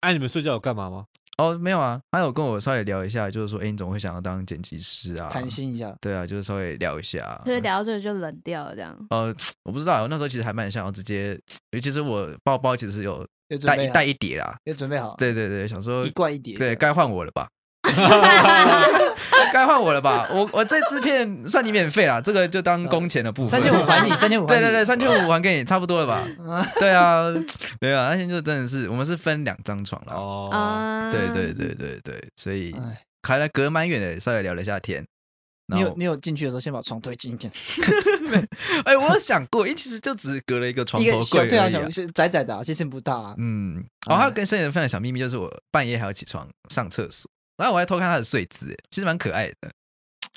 哎、你们睡觉有干嘛吗？哦，没有啊，他有跟我稍微聊一下，就是说，哎，你怎么会想要当剪辑师啊？谈心一下，对啊，就是稍微聊一下。所以聊到这个就冷掉了，这样。呃，我不知道，我那时候其实还蛮想要直接，尤其是我包包其实有也准带备一好带一叠啦，也准备好，对对对，想说哦一罐一碟这对样，该换我了 吧，该换我了吧，我我这支片算你免费啦，这个就当工钱的部分嗯三。千五还你，三嗯千五，对对对，三千五还给你，差不多了 吧？对啊，没有啊，那天就真的是，我们是分两张床啦。哦，啊，对对嗯对对对，所以哎，还来隔蛮远的，稍微聊了一下天。你然有 后你有进去的时候，先把床推近一点，哎，我有想过，因为其实就只隔了一个床一头个小柜对啊，而已小啊。是窄窄的啊，其实不大啊。嗯，哦，哎还有跟深圳分享的小秘密，就是我半夜还要起床上厕所，然后我还偷看他的睡姿，哎其实蛮可爱的。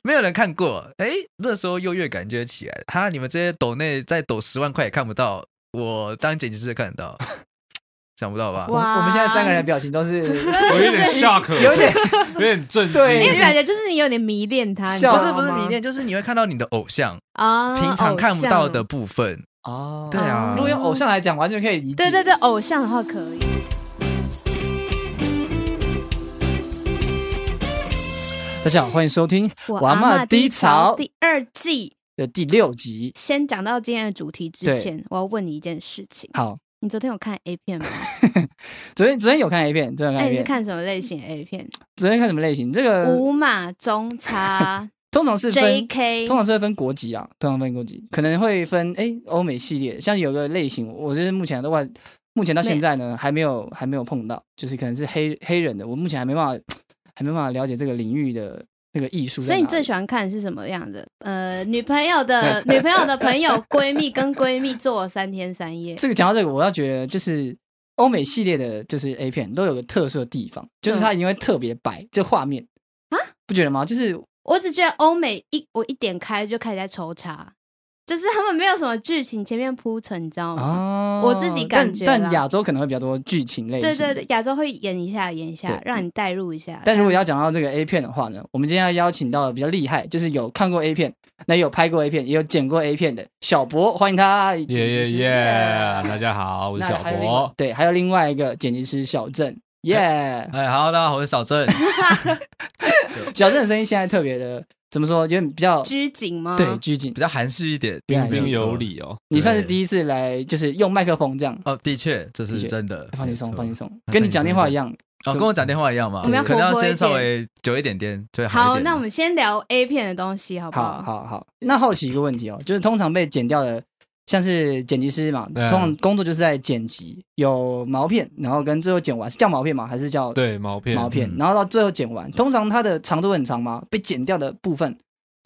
没有人看过，哎，那时候优越感就会起来了。哈，你们这些抖内再抖十万块也看不到，我当剪辑师看得 到，想不到吧？我哇们我们现在三个人的表情都是我有点 shock，有点 有点震惊。对因为感觉就是你有点迷恋他，你知笑不道是不是吗迷恋，就是你会看到你的偶像啊，平常看不偶到像的。部分。 哦，对啊如果用偶像来讲，完全可以理解。对对对，偶像的话可以。大家好，欢迎收听我阿嬷嬷低潮第二季，的第六集。先讲到今天的主题之对前，我要问你一件事情：好，你昨天有看 A 片吗？昨天昨天有看 A 片，昨天有看哎， A 你是片，看什么类型的 A 片？昨天看什么类型？这个五马中叉通常是分， JK 通常是会分国籍啊，通常分国籍，可能会分哎欧美系列，像有个类型，我就是目前的话，目前到现在呢还没有还没有碰到，就是可能是黑黑人的，我目前还没办法还没办法了解这个领域的那个艺术在所哪里。以你最喜欢看的是什么样的？呃，女朋友的女朋友的朋友、闺蜜跟闺蜜做三天三夜，这个讲到这个，我要觉得就是欧美系列的，就是 A 片都有个特色的地方，就是它一定会特别白，这画面啊，不觉得吗？就是我只觉得欧美一我一点开就开始在抽查，就是他们没有什么剧情前面铺陈，你知道吗？啊，哦我自己感觉但啦但亚洲可能会比较多剧情类型。对对对，亚洲会演一下演一下对，让你带入一下。但如果要讲到这个 A 片的话呢，我们今天要邀请到的比较厉害，就是有看过 A 片，那也有拍过 A 片，也有剪过 A 片的小博，欢迎他。耶耶耶耶！大家好，我是小博。对，还有另外一个剪辑师小郑，耶、哎哈喽，大家好，我是小郑。小郑的声音现在特别的，怎么说，有点比较拘谨吗？对拘谨比。较含蓄一点，比较含彬蓄彬有礼哦，你算是对第一次来，就是用麦克风这样，哦，的确，这的是确哎真的。放轻松，没错放轻。松，啊跟你讲电话一样。哦，跟我讲电话一样嘛，我们要可能要活泼一先点稍微久一点点，哦就会好一好，点。那我们先聊 A 片的东西，好不好好好，那好奇一个问题哦，就是通常被剪掉的，像是剪辑师嘛，嗯通常工作就是在剪辑，有毛片，然后跟最后剪完是叫毛片吗？还是叫对毛片毛片嗯？然后到最后剪完，通常它的长度很长吗？被剪掉的部分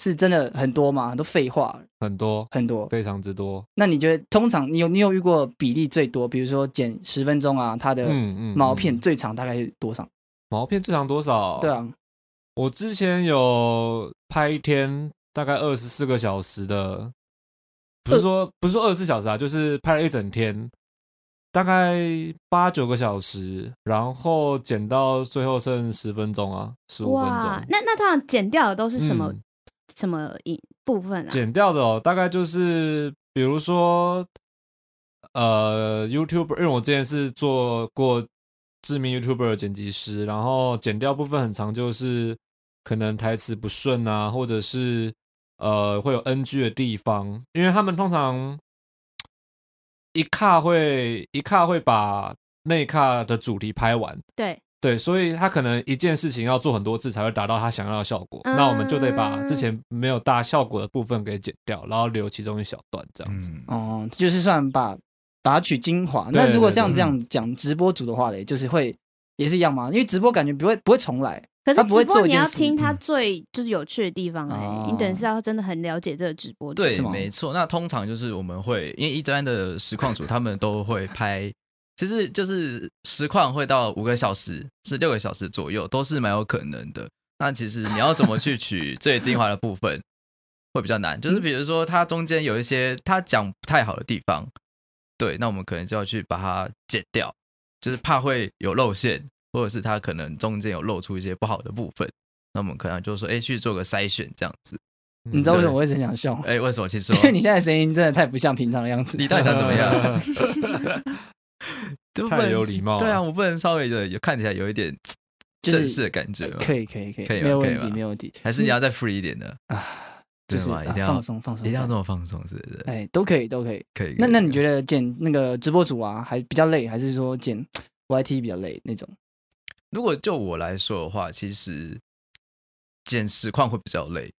是真的很多吗？很多废话，很多，很多。非常之多。那你觉得通常你有你有遇过比例最多，比如说剪十分钟啊，它的嗯嗯，毛嗯哦片最长大概是多少？毛片最长多少？对，啊，我之前有拍一天大概二十四个小时的，不是说不是说二十四小时啊，就是拍了一整天，大概八九个小时，然后剪到最后剩十分钟啊，十五分哇钟，。那那通常剪掉的都是什么嗯什么一部分啊？剪掉的哦，大概就是比如说，呃，YouTuber，因为我之前是做过知名 YouTuber 的剪辑师，然后剪掉部分很长，就是可能台词不顺啊，或者是呃会有 NG 的地方，因为他们通常一卡会一卡会把内卡的主题拍完。对，对，所以他可能一件事情要做很多次才会达到他想要的效果，那我们就得把之前没有大效果的部分给剪掉，然后留其中一小段这样子。嗯，哦，就是算把把它取精华。对那如果对像对嗯这样讲直播组的话嘞，就是会也是一样嘛，因为直播感觉不会不会重来可他是不会直播做一你件要事听他最就是有趣的地方哦哎，你等于是要真的很了解这个直播主对是，吗没错。那通常就是我们会，因为一般的实况组他们都会拍，其实就是实况会到五个小时至六个小时左右，都是蛮有可能的。那其实你要怎么去取最精华的部分，会比较难。嗯就是比如说，它中间有一些他讲不太好的地方，对，那我们可能就要去把它剪掉，就是怕会有露馅，或者是它可能中间有露出一些不好的部分，那我们可能就说，哎，去做个筛选这样子。嗯你知道为什么对我会很想笑吗？嗯 哎，为什么？其 实因为你现在声音真的太不像平常的样子。你到底想怎么样？就太不能有礼貌对了啊，我不能稍微的有看起来有一点就是呃正式的感觉吗？ 可以可嗯以可可以以，吗没有可以问题吗没有问题，还是你要再 free 一点的，啊，就对是吗？啊一定要放松放松，一定要这么放松，是不是？哎，都可以都可以。可以。那可以那你觉可以得剪那个直播组啊，还比较累，还是说剪 YT 比较累那种？如果就我来说的话，其实剪实况会比较累。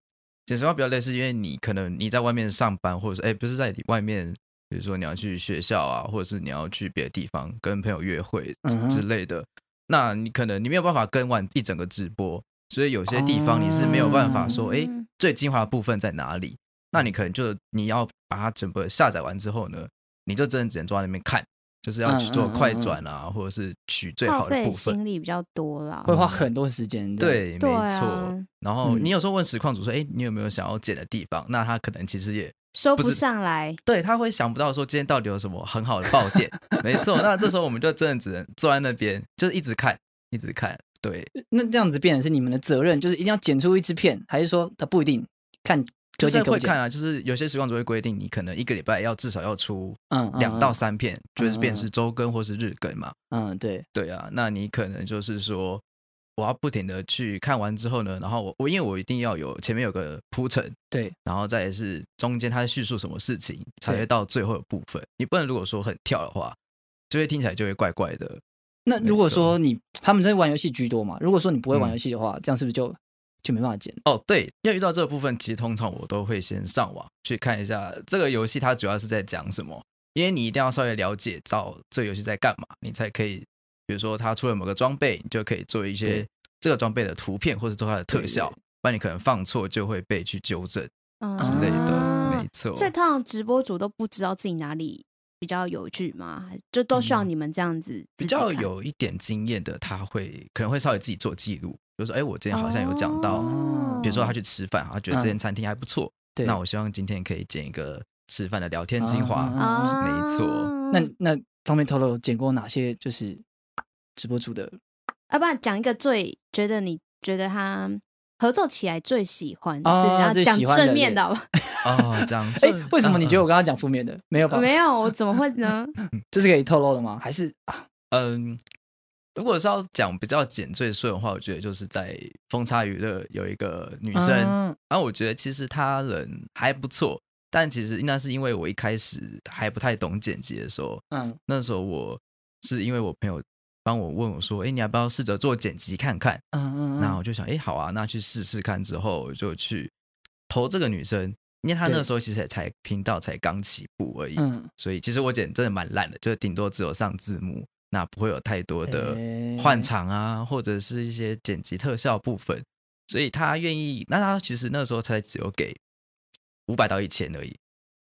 剪实况比较累，是因为你可能你在外面上班，或者说哎，不是在外面，比如说你要去学校啊，或者是你要去别的地方跟朋友约会之嗯哼之类的，那你可能你没有办法跟完一整个直播，所以有些地方你是没有办法说哎、哦嗯最精华的部分在哪里。那嗯你可能就你要把它整个下载完之后呢，你就真的只能坐在那边看，就是要去做嗯嗯嗯快嗯转啊，或者是取最耗好的费部分。心力比较多哦啦会。花很多时间。这样，对，没对啊错。然后嗯你有时候问实况组说：“哎、你有没有想要剪的地方？”那他可能其实也收不不是上来，对，他会想不到说今天到底有什么很好的爆 点。没错，那这时候我们就真的只能坐在那边，就是一直看，一直看。对，那这样子变成是你们的责任，就是一定要剪出一支片，还是说它不一定看就九是剪九会剪？看啊，就是有些实况组会规定你可能一个礼拜要至少要出嗯，嗯两到，三片，就是变嗯嗯是周更或是日更嘛。嗯，嗯对，对啊，那你可能就是说，我要不停的去看完之后呢，然后我我因为我一定要有前面有个铺陈，对，然后再来是中间他在叙述什么事情，才对会到最后的部分。你不能如果说很跳的话，就会听起来就会怪怪的。那如果没错嗯说你他们在玩游戏居多嘛，如果说你不会玩游戏的话，这样是不是就就没办法剪？哦，对，要遇到这个部分，其实通常我都会先上网去看一下这个游戏它主要是在讲什么，因为你一定要稍微了解到这个游戏在干嘛，你才可以，比如说它出了某个装备，你就可以做一些对这个装备的图片或者做它的特对效，不然你可能放错就会被去纠正嗯之类的，啊没错。所以通常直播主都不知道自己哪里比较有趣吗？还就都需要你们这样子、嗯比较。有一点经验的，他会可能会稍微自己做记录，比如说，哎，我之前好像有讲到，哦比如说他去吃饭，他觉得这间餐厅还不错，嗯对，那我希望今天可以剪一个吃饭的聊天精华，啊哦没错。那那方便透露剪过哪些就是直播主的？要不然讲一个最觉得你觉得他合作起来最喜欢，啊就是要最讲喜欢的正面的 好吧？ 哦，这样。嗯哎，为什么你觉得我我？刚刚讲负面的？没有吧？没有，我怎么会呢？这是可以透露的吗？还是啊嗯，如果是要讲比较简最顺的话，我觉得就是在风差娱乐有一个女生，嗯然后我觉得其实她人还不错，但其实那是因为我一开始还不太懂剪辑的时候，嗯那时候我是因为我朋友帮我问我说，哎，你要不要试着做剪辑看看？嗯嗯，那我就想，哎，好啊，那去试试看。之后我就去投这个女生，因为她那对时候其实也才频道才刚起步而已，嗯所以其实我剪真的蛮烂的，就是顶多只有上字幕，那不会有太多的诶换场啊，或者是一些剪辑特效部分。所以他愿意，那他其实那时候才只有给五百到一千而已，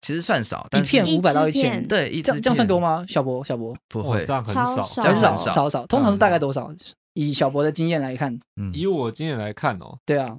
其实算少，一但是片一五百到一支千片，对一这支样这样片算多？吗？小博小博，不哇会这，样很超少。少很这样少很少少少，通常是大概多少？以小博的经验来看，嗯以我经验来看哦，对啊，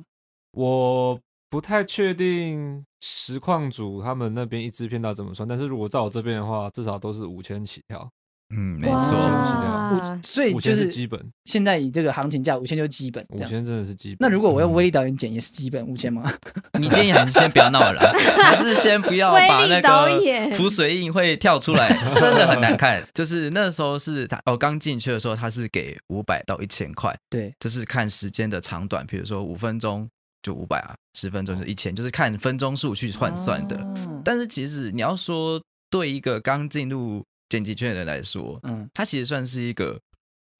我不太确定实况组他们那边一支片到底怎么算，但是如果在我这边的话，至少都是五千起跳，嗯， 没哇错，哇五所以五就千是是基本，现在以这个行情价五千就是基本五这样。千真的是基本。那如果我要嗯威力导演剪也是基本五千吗？ 你建议还是先不要闹了 啦，还是先不要把那威力导个演浮水印会跳出 来，真的很难看。就是那时候是他哦，刚进去的时候他是给五百到一千块，对，就是看时间的长短，比如说五分钟就五百啊，十分钟就一千，就是看分钟数去 换算的。哦但是其实你要说对一个刚进入剪辑圈的人来说，嗯它其实算是一个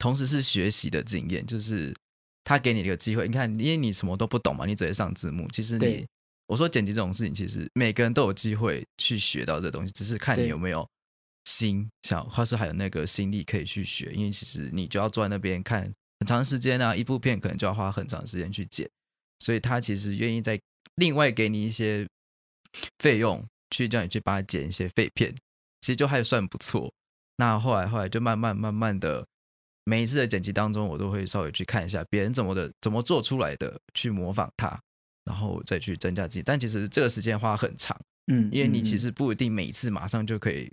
同时是学习的经验，就是他给你一个机会。你看，因为你什么都不懂嘛，你只会上字幕。其实你对我说剪辑这种事情，其实每个人都有机会去学到这东西，只是看你对有没有心想，或是还有那个心力可以去学。因为其实你就要坐在那边看很长时间啊，一部片可能就要花很长时间去剪，所以他其实愿意在另外给你一些费用，去叫你去帮他剪一些废片，其实就还算不错。那后来后来就慢慢慢慢的，每一次的剪辑当中，我都会稍微去看一下别人怎么的怎么做出来的，去模仿他，然后再去增加自己。但其实这个时间花很长，嗯，因为你其嗯实不一定每一次马上就可以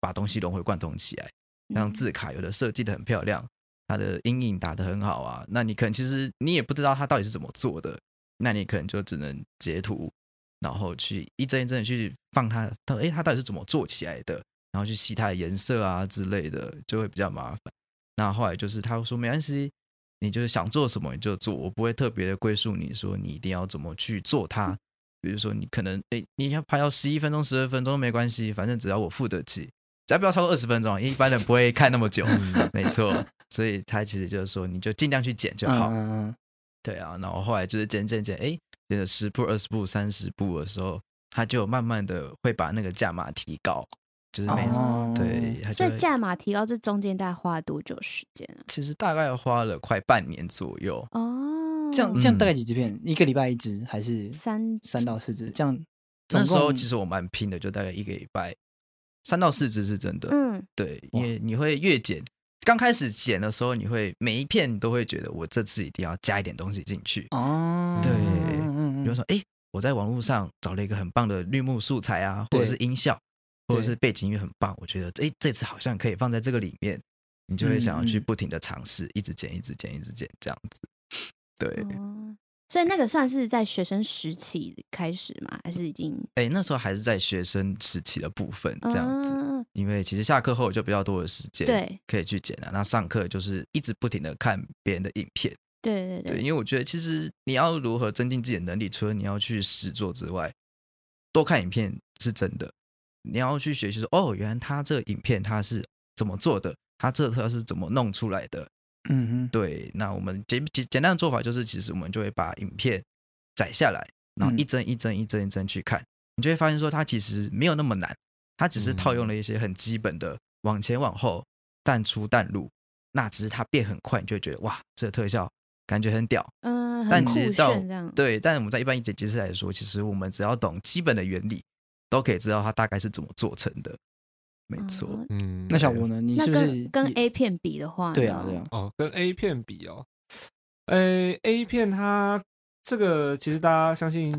把东西融会贯通起来。嗯像字卡有的设计的很漂亮，它的阴影打的很好啊，那你可能其实你也不知道它到底是怎么做的，那你可能就只能截图，然后去一帧一帧的去放它，到诶，它到底是怎么做起来的，然后去吸它的颜色啊之类的，就会比较麻烦。那后来就是他说没关系，你就是想做什么你就做，我不会特别的归宿你说你一定要怎么去做它。比如说你可能诶、你要拍到十一分钟、十二分钟没关系，反正只要我付得起，只要不要超过二十分钟，因为一般人不会看那么久。嗯没错，所以他其实就是说你就尽量去剪就好。嗯嗯对啊，然后后来就是剪剪剪，哎，剪了十步、二十步、三十步的时候，他就慢慢的会把那个价码提高，就是每、哦对，他就所会以价码提高这中间大概花了多久时间啊？其实大概花了快半年左右。哦，这样嗯这样大概几支片？一个礼拜一支还是三三到四支？这样那时候其其实实我蛮拼的，就大概一个礼拜三到四支是真的，嗯对，哇因为你会越剪。刚开始剪的时候，你会每一片你都会觉得我这次一定要加一点东西进去，哦，对嗯嗯比如嗯说，哎、我在网络上找了一个很棒的绿幕素材啊，或者对是音效，或者对是背景音乐很棒，我觉得这这次好像可以放在这个里面，你就会想要去嗯嗯不停的尝试，一直剪，一直剪，一直剪这样子。对，哦，所以那个算是在学生时期开始吗？还是已经哎、那时候还是在学生时期的部分这样啊子，嗯因为其实下课后就比较多的时间，对可以去剪啊了、那上课就是一直不停的看别人的影片，对对对，对因为我觉得其实你要如何增进自己的能力，除了你要去实做之外，多看影片是真的。你要去学习说，哦，原来他这个影片他是怎么做的，他这他是怎么弄出来的。嗯哼，对，那我们简简简单的做法就是，其实我们就会把影片载下来，然后嗯一帧一帧一帧一帧去看，你就会发现说，它其实没有那么难，它只是套用嗯了一些很基本的往前往后、淡出淡入，那只是它变很快，你就会觉得哇，这个特效感觉很屌。嗯，很但酷其实炫到这样，对，但我们在一般剪辑师来说，其实我们只要懂基本的原理，都可以知道它大概是怎么做成的。没错，哦嗯，那小吴呢？你那是不是跟跟也 A 片比的话呢，对啊对啊，哦，跟 A 片比哦，诶、a 片它这个其实大家相信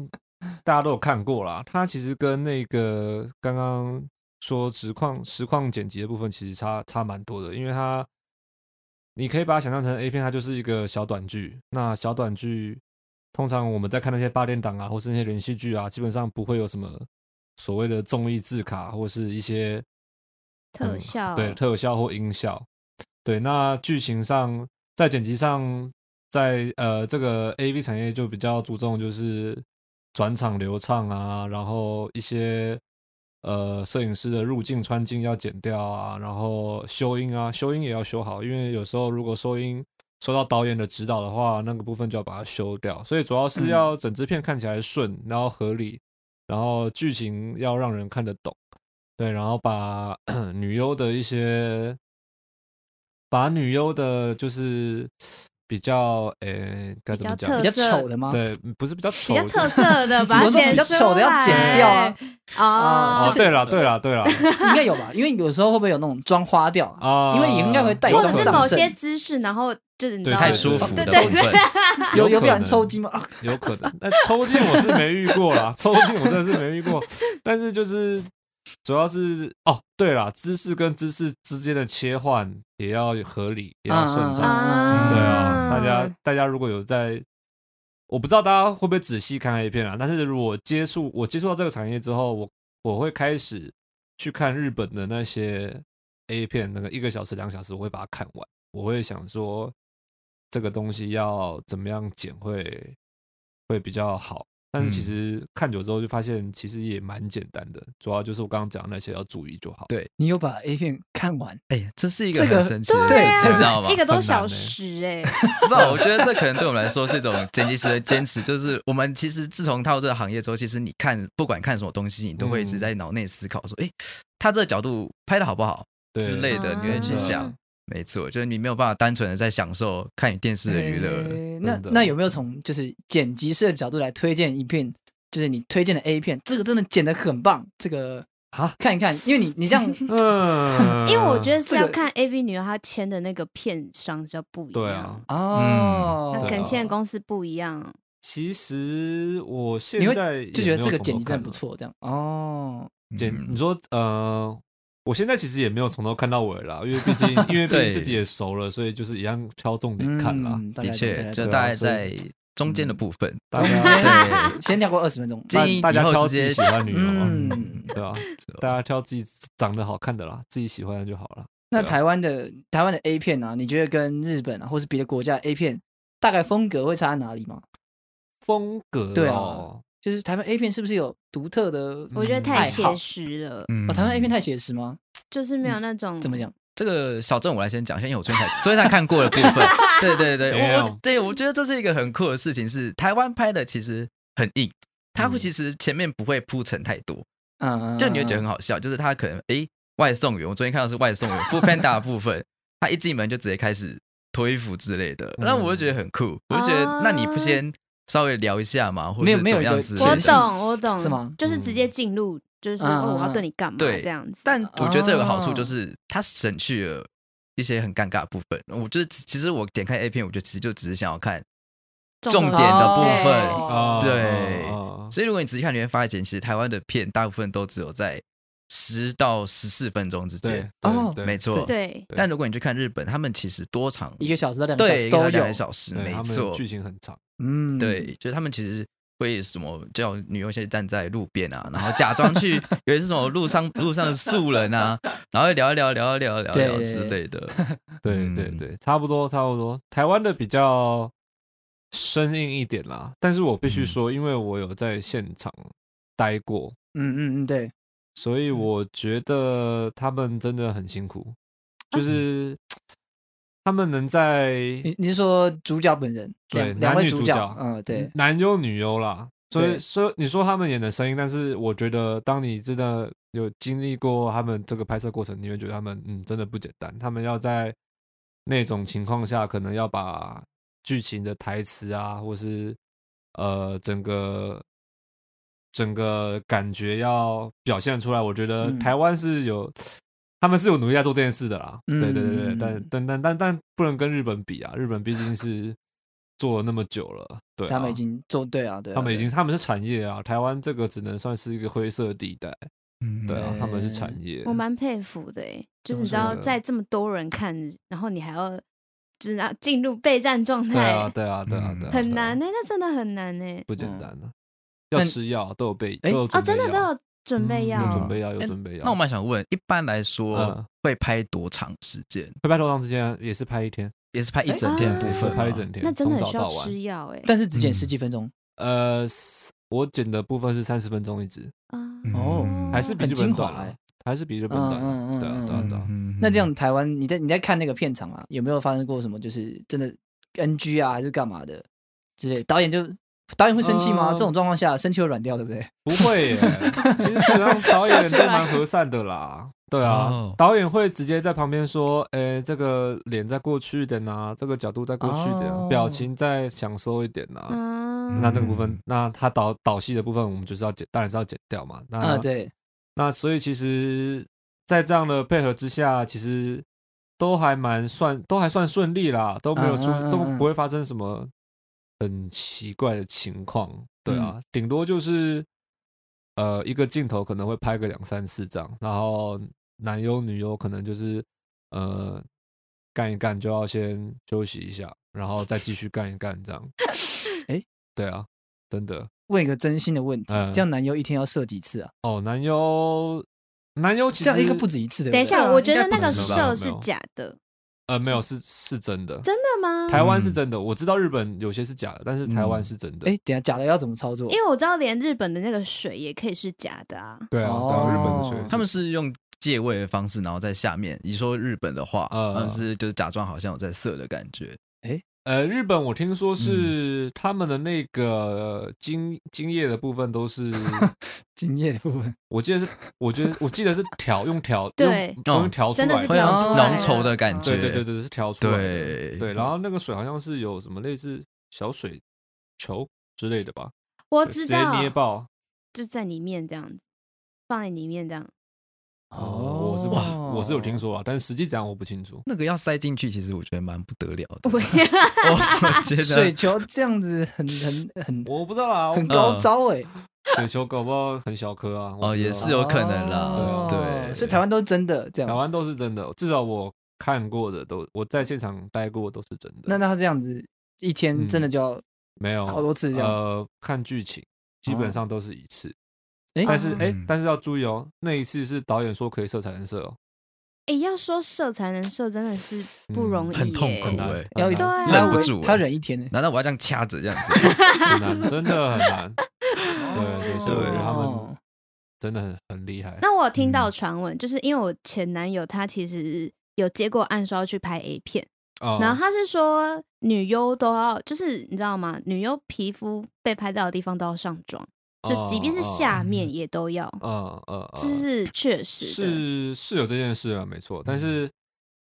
大家都有看过啦，它其实跟那个刚刚说实况实况剪辑的部分其实差差蛮多的，因为它你可以把它想象成 A 片，它就是一个小短剧。那小短剧通常我们在看那些八点档啊，或是那些连续剧啊，基本上不会有什么所谓的综艺字卡或是一些特嗯效对特效或音效。对，那剧情上在剪辑上，在呃这个 A V 产业就比较注重就是转场流畅啊，然后一些呃摄影师的入镜穿镜要剪掉啊，然后修音啊，修音也要修好，因为有时候如果收音收到导演的指导的话，那个部分就要把它修掉，所以主要是嗯要整支片看起来顺，然后合理，然后剧情要让人看得懂。对，然后把 女优的一些，把女优的，就是比较，诶，该比怎么较讲？特比较色丑的吗？对，不是比较丑比的，较特 色的，把我它说比剪较出丑的要剪掉 啊，来啊 哦，哦就，是对了，对了，对了，应该有吧？因为有时候会不会有那种妆花掉啊？啊，因为也应该会带或妆者是上某阵些姿势，然后就是你知对道太吗舒服哦对的对部分，有有有可不小心抽能筋吗？啊，有可能。但抽筋我是没遇过啦，抽筋我真的是没遇过。但是就是主要是哦，对啦，姿势跟姿势之间的切换也要合理，也嗯要顺畅。啊，对啊，大嗯家大家如果有在，我不知道大家会不会仔细看 A 片啊，但是如果接触我接触到这个产业之后，我我会开始去看日本的那些 A 片，那个一个小时、两小时，我会把它看完，我会想说这个东西要怎么样剪会会比较好。但是其嗯实看久之后就发现，其实也蛮简单的，主要就是我刚刚讲的那些要注意就好。对你有把 A 片看完？哎、呀，这是一个这个很神奇的事对情，啊你知道吗一？个多很难欸小时哎， 不知道，我觉得这可能对我们来说是一种剪辑师的坚持，就是我们其实自从踏入这个行业之后，其实你看不管看什么东西，你都会一嗯直在脑内思考说，哎、他这个角度拍的好不好对之类的，你会去想啊。没错，就是你没有办法单纯的在享受看你电视的娱乐了。欸那真的那有没有从就是剪辑师的角度来推荐一片？就是你推荐的 A 片，这个真的剪得很棒，这个啊，看一看，因为你你这样嗯， 因为我觉得是这要个看 AV 女优她签的那个片商比较不一对样啊，哦，她可能对啊签的公司不一样，其实我现你会在就也觉没有得这个从剪头辑真看的不了。错，这样哦，剪，你嗯说呃，我现在其实也没有从头看到尾啦，因为毕 竟因为毕竟自己也熟了，所以就是一样挑重点看啦。嗯，大概的确，大概就对啊大概所在以嗯中间的部分。大啊家 对，先跳过二十分钟。建议大以家后挑直自己接喜欢女友啊，嗯，对吧？大家挑自己长得好看的啦，自己喜欢的就好了。那台湾的台湾的 A 片啊，你觉得跟日本啊，或是别的国家的 A 片大概风格会差在哪里吗？风格对啊哦，就是台湾 A 片是不是有独特的？我觉得嗯太爱好写实了，嗯哦，台湾 A 片太写实吗？就是没嗯有那种怎么讲？这个小镇我来先讲一下，因为我昨天 才昨天才看过的部 分。对对对，我我对我觉得这是一个很酷的事情是，台湾拍的其实很硬，它会嗯其实前面不会铺陈太多，嗯，就你会觉得很好笑，就是他可能诶外送员，我昨天看到是外送员 f o o Panda 的部分，他一进门就直接开始脱衣服之类的，嗯那我就觉得很酷，我就觉啊得那你不先稍微聊一下嘛，或者没有是没怎有么一样个子是类我的？前戏懂，我懂，是吗就是直接进入，就是嗯哦，我要对你干嘛对这样子。但我觉得这有个好处哦就是，它省去了一些很尴尬的部分。我就是其实我点开 A 片，我觉得其实就只是想要看，重点的部分哦对哦所以如果你仔细看，你会发现其实台湾的片大部分都只有在十到十四分钟之对间，哦对没错。对，对但如果你去看日本，他们其实多长一个小时到两个小对时一个都到两有个。小时，对没他们错，剧情很长，嗯，对，，就是他们其实会什么叫女优先站在路边啊，然后假装去有一些什么路上路上的素人啊，然后聊一聊聊一聊聊一聊对之类的，对嗯对对，差不多差不多。台湾的比较生硬一点啦，但是我必须嗯说，因为我有在现场待过，嗯嗯嗯，对，所以嗯我觉得他们真的很辛苦，嗯就是他们能在你你是说主角本人？对男两两位女主主角嗯，对，男优女优啦。所以对说，你说他们演的声音，但是我觉得，当你真的有经历过他们这个拍摄过程，你会觉得他们嗯真的不简单。他们要在那种情况下，可能要把剧情的台词啊，或是呃整个整个感觉要表现出来。我觉得嗯台湾是有、他们是有努力在做这件事的啦。嗯对对对对，嗯但但但但但不能跟日本比啊，日本毕竟是做了那么久了，对啊、他们已经做对啊，对啊，他们已对经他们是产业啊，台湾这个只能算是一个灰色地带，嗯，对啊，嗯他们是产业我，蛮佩服的诶，就怎么是你知道说呢在这么多人看，然后你还要只要进入备战状对啊态， 对啊对啊嗯对啊，很难对啊呢，那真的很难呢。不简嗯单的，要那吃药都有备诶都有哦，准真的备都药嗯有准备有要准备药有诶准备药，那我蛮想问，一般来嗯说会拍多长时间？会拍头上之间也是拍一天，也是拍一哎整天的部分吗，啊拍一整天，那真的从很早需要到晚。吃药哎。但是只剪十几分钟，呃，我剪的部分是三十分钟一支，啊嗯哦还是比很日本精华短啊欸，还是比日本短啊，嗯嗯嗯对啊对啊对啊。嗯那这样台湾，你在你在看那个片场啊，有没有发生过什么就是真的 NG 啊，还是干嘛的之类？导演就导演会生气吗？嗯这种状况下，生气会软掉，对不对？不会耶，其实基本上导演都蛮和善的啦。对啊哦，导演会直接在旁边说：“诶，这个脸再过去一点呐、这个角度再过去一点啊、哦表情再享受一点呐、嗯那这个部分嗯，那他导导戏的部分，我们就是要剪，当然是要剪掉嘛。那、啊，对，那所以其实，在这样的配合之下，其实都还蛮算，都还算顺利啦，都没有出，嗯嗯嗯都嗯不会发生什么很奇怪的情况。对嗯啊，顶多就是呃一个镜头可能会拍个两三四张，然后男优女优可能就是呃干一干就要先休息一下，然后再继续干一干这样。 诶对啊，真的。问一个真心的问题，嗯这样男优一天要射几次啊？哦，男优，男优其这样实一个不止一次，对不对等一啊下，我觉得应那该个不止吧射没是有假的，呃，没有，是是真的。嗯真的吗？台湾是真的，我知道日本有些是假的，但是台湾嗯是真的。哎，等一下假的要怎么操作因？为我知道连日本的那个水也可以是假的啊。对啊，对啊，日本的水哦，他们是用借位的方式，然后在下面。你说日本的话，呃他们是就是假装好像有在射的感觉。呃，日本我听说是他们的那个精精液的部分都是，敬业的部分，我记得是，我觉得我记得是调用调，对用用调出真的来是会调有出来浓的稠的感觉。对对对对，是调出来的。对对，然后那个水好像是有什么类似小水球之类的吧，我对知直接道，捏爆。就在里面这样子，放在里面这样。哦哦我是不知我是有听说啊，但是实际讲我不清楚。那个要塞进去，其实我觉得蛮不得了的。啊我 我觉水得球这样子很很嗯很我不知道啊，我很高招哎，水球搞不好很小颗啊。我哦不知也道嗯是有可能啦哦对所以台湾都是真的这台样。湾都是真的，至少我看过的都，我在现场待过都是真的。那那他这样子一天嗯真的就要没有好多次这样呃，看剧情基本上都是一次，哎但是哦哎、嗯但是要注意哦，那一次是导演说可以射才能 射哦，哎、要说射才能射，真的是不容易、耶很痛苦嗯很难哎，要很一对啊他要忍不忍住欸他要忍一天呢。欸难道我要这样掐着这样 子？很难，真的很难。对对，所以我啊觉得他哦们真的很很厉害。那我有听嗯到传闻，就是因为我前男友他其实有接过暗说要去拍 A 片，哦然后他是说女优都要，就是你知道吗？女优皮肤被拍到的地方都要上妆，就即便是下面也都要，哦，嗯嗯，这是确实的。嗯是是有这件事啊，没错。但是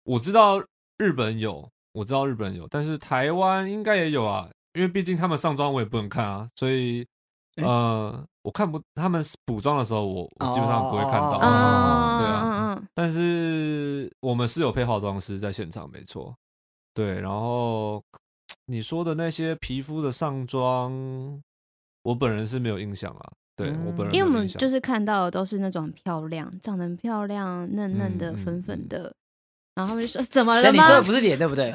我知道日本有，我知道日本有，但是台湾应该也有啊，因为毕竟他们上妆我也不能看啊，所以诶呃，我看不他们补妆的时候我，我基本上不会看啊到。哦哦哦哦嗯对啊，嗯嗯但是我们是有配化妆师在现场，没错。对，然后你说的那些皮肤的上妆，我本人是没有印象啊。对、我本人嗯，没因为我有们印象就是看到的都是那种很漂亮、长得很漂亮、嫩嫩的、嗯嗯粉粉的，然后他们就说怎么了但你吗？说 的不是脸对 不对？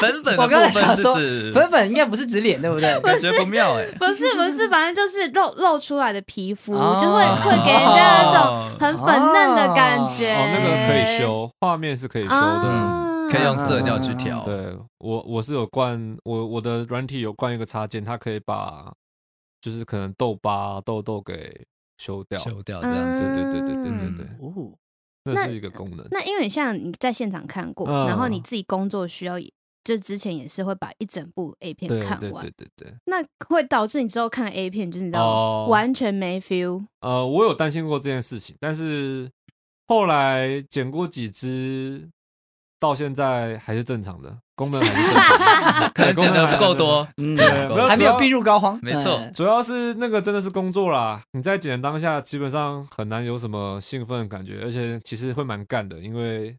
粉粉的我刚才部分想是说指粉粉应该不是指脸对不对？感觉不妙哎，不是不是，反正就是露露出来的皮肤，哦就啊会会给人家那种很粉嫩的感觉。哦，那个可以修，画面是可以修的。啊， 可以嗯用色调去哦调。对我，我是有灌我我的软体有灌一个插件，它可以把就是可能痘疤、啊痘痘给修掉。嗯修掉这样子，对对对对对对对，哦，那是一个功能。嗯那因为像你在现场看过，嗯然后你自己工作需要也，就之前也是会把一整部 A 片对看对完对，对对。那会导致你之后看 A 片就是你知道哦完全没 feel。呃，我有担心过这件事情，但是后来剪过几支，到现在还是正常的，功能还是正常 的可能剪的不够。多，嗯，剪得不够没有还没主有要病入膏肓，没错嗯主要是那个真的是工作啦，你在剪的当下基本上很难有什么兴奋的感觉，而且其实会蛮干的，因为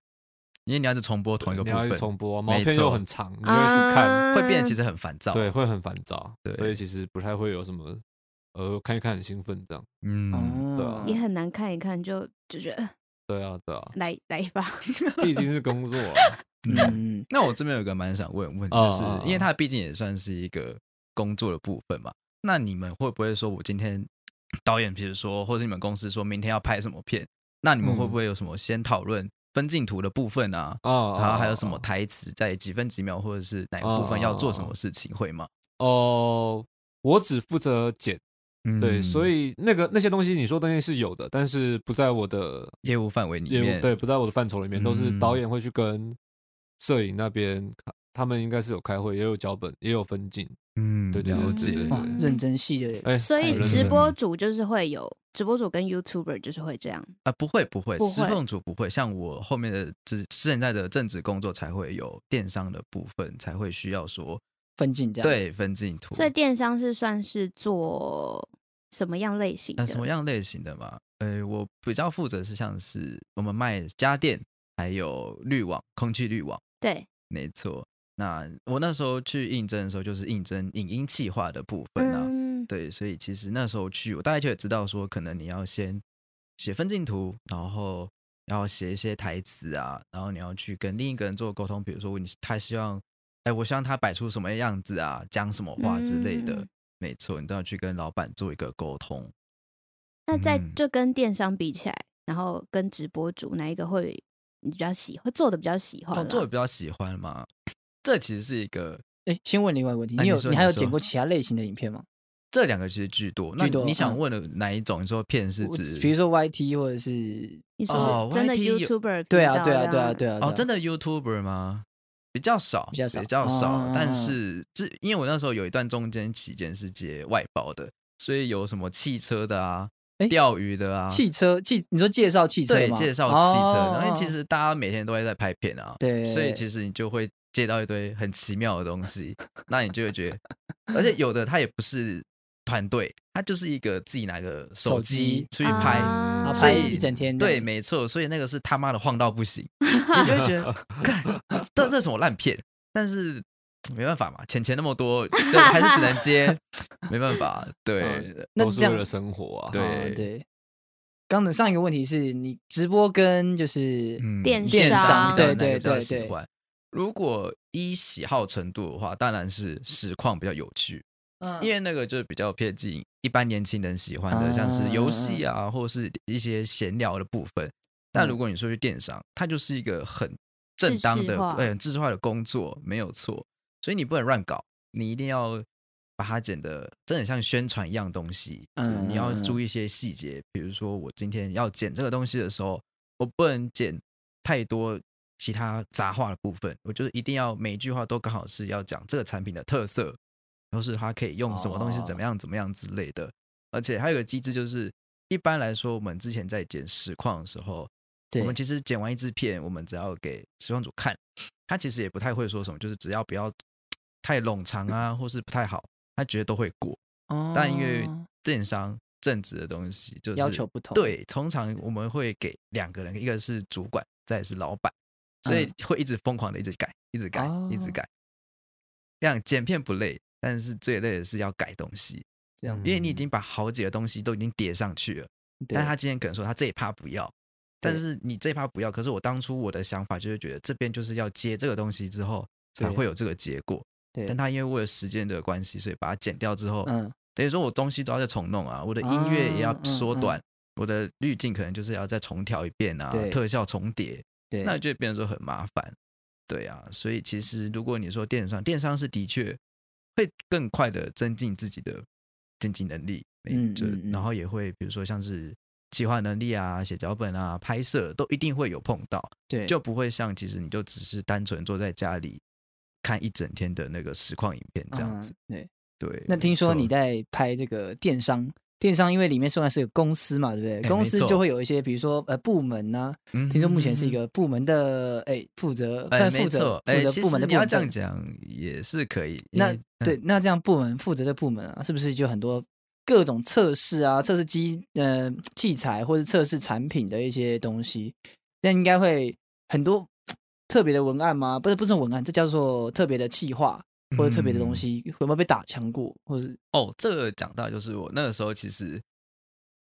因为你要是重播同一个你部要一直分，重播，毛没片又错很长，你就一直看，啊会变得其实很烦躁。对，，会很烦躁，对所以其实不太会有什么呃看一看很兴奋这样。嗯，哦对啊也很难看一看就就觉得呃对啊，对 啊，来来一把。毕竟是工作啊，嗯嗯，那我这边有个蛮想问的问题，哦就是哦哦因为它毕竟也算是一个工作的部分嘛，那你们会不会说我今天导演，比如说，或者你们公司说明天要拍什么片，那你们嗯会不会有什么先讨论分镜图的部分啊？啊，然后还有什么啊台词在几分几秒，或者是哪一部分要做什么事情，会吗？哦，我只负责剪，嗯对，所以那个那些东西你说的东西是有的，但是不在我的业务范围里业面，务，对，不在我的范畴里面，都是导嗯演会去跟摄影那边，他们应该是有开会，也有脚本，也有分镜，嗯，对对对对了对解对。哇，认真系列，哎，所很以认直真播主就是会有直播主跟 YouTuber 就是会这样。啊，不会不会，不失会控组不会，像我后面的之现在的正职工作才会有电商的部分，才会需要说分镜这样，对分镜图，所以电商是算是做什么样类型的？那呃什么样类型的嘛？呃，我比较负责是像是我们卖家电，还有滤网、空气滤网，对，没错。那我那时候去应征的时候，就是应征影音企划的部分啊，嗯，对，所以其实那时候去，我大概就也知道说，可能你要先写分镜图，然后要写一些台词啊，然后你要去跟另一个人做沟通，比如说你他希望，哎，我希望他摆出什么样子啊，讲什么话之类的，嗯没错，你都要去跟老板做一个沟通。那在嗯就跟电商比起来，然后跟直播主哪一个会你比较喜欢，会做的比较喜欢哦，啦？做的比较喜欢嘛，这其实是一个，哎，先问另外一个问题，哎你有你说你还有你说剪过其他类型的影片吗？这两个其实居多。那居多你想嗯问的哪一种？你说片是我指，比如说 YT 或者是你哦说真的 YT 有 YouTuber 对频啊道对啊对这啊样对啊，哦，真的的 YouTuber 吗？比较少，比较少比较少。哦但是这因为我那时候有一段中间期间是接外包的，所以有什么汽车的啊诶，钓鱼的啊，汽车汽，你说介绍汽车对吗？介绍汽车，哦因为其实大家每天都会在拍片啊，对所以其实你就会接到一堆很奇妙的东西， 那你就会觉得，而且有的他也不是团队，他就是一个自己拿个手手机机出去拍，啊啊所拍以一整天这对，样没错，所以那个是他妈的晃到不行，你就会觉 得，看这这什么烂片，但是。没办法嘛，钱钱那么多，就还是只能接，没办法。对，那都是这为样了生活啊。对哦对。刚的上一个问题是你直播跟就是嗯电商商对那个对比较对喜对欢。如果依喜好程度的话，当然是实况比较有趣，嗯因为那个就是比较贴近一般年轻人喜欢的，啊像是游戏啊，或者是一些闲聊的部分。但如果你说去电商，它就是一个很正当制式的、化对很制式化的工作，没有错。所以你不能乱搞，你一定要把它剪的真的很像宣传一样东西。嗯你要嗯嗯注意一些细节，比如说我今天要剪这个东西的时候，我不能剪太多其他杂话的部分，我觉得一定要每一句话都刚好是要讲这个产品的特色，然后是它可以用什么东西哦怎么样怎么样之类的。而且还有个机制就是，一般来说我们之前在剪实况的时候，对我们其实剪完一支片，我们只要给实况组看，他其实也不太会说什么，就是只要不要太冗长啊，或是不太好，他觉得都会过。哦但因为电商正职的东西就是要求不同对，通常我们会给两个人，一个是主管，再来是老板，所以会一直疯狂的一直改，一直改，一直嗯哦改。这样剪片不累，但是最累的是要改东西，这样，因为你已经把好几个东西都已经叠上去了。嗯对但他今天可能说他这一趴不要，但是你这一趴不要，可是我当初我的想法就是觉得这边就是要接这个东西之后才对会有这个结果，对但他因为为了时间的关系，所以把它剪掉之后，嗯等于说我东西都要再重弄啊，我的音乐也要缩短，啊我的滤镜可能就是要再重调一遍啊对，特效重叠，对，那就变成说很麻烦。对啊，所以其实如果你说电商，电商是的确会更快的增进自己的经济能力，嗯就嗯嗯然后也会比如说像是企划能力啊、写脚本啊、拍摄都一定会有碰到，对就不会像其实你就只是单纯坐在家里看一整天的那个实况影片这样子。嗯对，对，那听说没错你在拍这个电商，电商因为里面虽然是个公司嘛，对不对？哎公没司错就会有一些，比如说呃部门呐、嗯听说目前是一嗯嗯嗯个部门的，哎，负责，哎，算没负责错，负哎，责其部实门的部你要门这样的。讲也是可以。因那为，对嗯，那这样部门负责的部门啊，是不是就很多各种测试啊、测试机呃器材或者测试产品的一些东西？那应该会很多特别的文案吗？不是，不是文案，这叫做特别的企划或者特别的嗯东西，有没有被打枪过？或者哦，这个讲到就是我那个时候其实。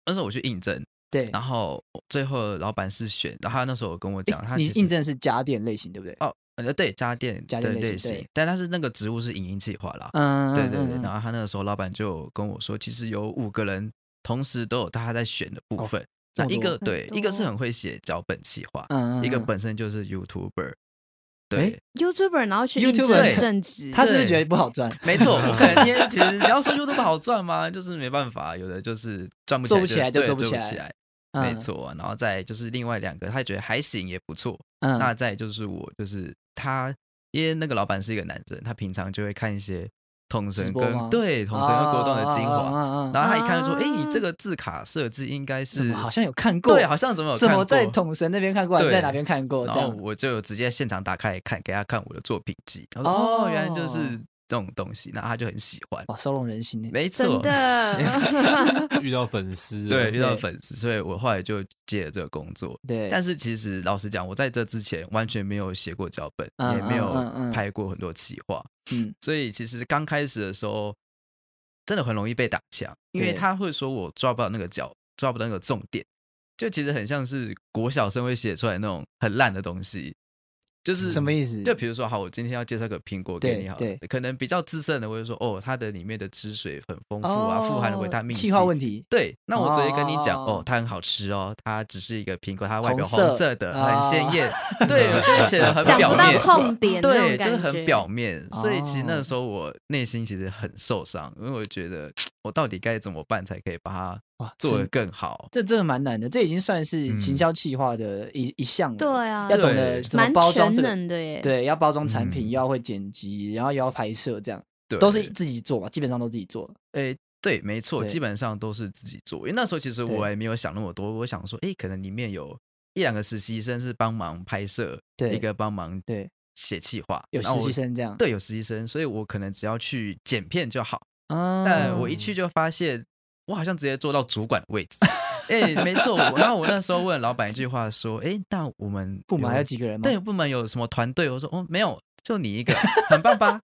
那时候我去应征，对，然后最后老板是选，然后他那时候有跟我诶讲，他你其实印证是家电类型，对不对？哦，呃，对，家电家电对类类型对型，但他是那个职务是影音企划啦，嗯，哦对对对。嗯然后他那个时候老板就跟我说，其实有五个人同时都有他在选的部哦分，这那么一多个对，一个是多很会写脚本企划，嗯，嗯一个嗯本身就是 YouTuber，诶对， YouTuber，然后去 YouTuber 应征正职，他是不是对觉得不好赚？ 没 错，我可能因为其实你要说 YouTube 好赚吗？ 就是没办法，有的就是赚不做不起来就对做做不起来起来，嗯没，错啊。然后再就是另外两个，他觉得还行也不错。嗯，那再就是我就是他，因为那个老板是一个男生，他平常就会看一些统直神播跟吗对统神跟国栋的精啊华。啊啊啊啊然后他一看说：“哎，你啊这个字卡设置应该怎是么好像有看过？对，好像怎么有怎看么过在统神那边看过，还是对在哪边看过？然这后样我就直接现场打开来看，给他看我的作品集。他说：“哦哦，原来就是这种东西。”那他就很喜欢。哇，收拢人心呢。没错真，的，遇到粉丝了对，遇到对粉丝，所以我后来就接了这个工作。对，但是其实老实讲，我在这之前完全没有写过脚本，嗯也没有嗯嗯嗯拍过很多企划，嗯，所以其实刚开始的时候，真的很容易被打枪，因为对他会说我抓不到那个脚，抓不到那个重点，就其实很像是国小生会写出来那种很烂的东西，就是什么意思？就比如说，好，我今天要介绍个苹果给对你好了，对可能比较资深的我会说，哦，它的里面的汁水很丰富啊，富含了维他命 C。气哦化问题，对，那我直接跟你讲，哦哦它很好吃哦，它只是一个苹果，它外表红色红色的，哦很鲜 艳。对，我就会写 的很讲表不到面，痛点那对，种感觉，就是很表面。所以其实哦那时候我内心其实很受伤，因为我觉得我到底该怎么办才可以把它哇，做得真更好？这真的蛮难的，这已经算是嗯行销企划的一一项了。对，啊，要懂对得怎么蛮包装全这个，能的耶，对，要包装产品，嗯又要会剪辑，然后又要拍摄，这样对，都是自己做嘛，基本上都自己做。诶，对，没错，对基本上都是自己做。因为那时候其实对我也没有想那么多，我想说，诶，可能里面有一两个实习生是帮忙拍摄，对一个帮忙对，写企划，有然后实我习，生这样。对，有实习生，所以我可能只要去剪片就好。啊，但我一去就发现，我好像直接坐到主管的位置。诶，没错。我然后我那时候问老板一句话说，诶，那我们部门还有有几个人吗？对，部门有什么团队？我说，哦，没有，就你一个，很棒吧？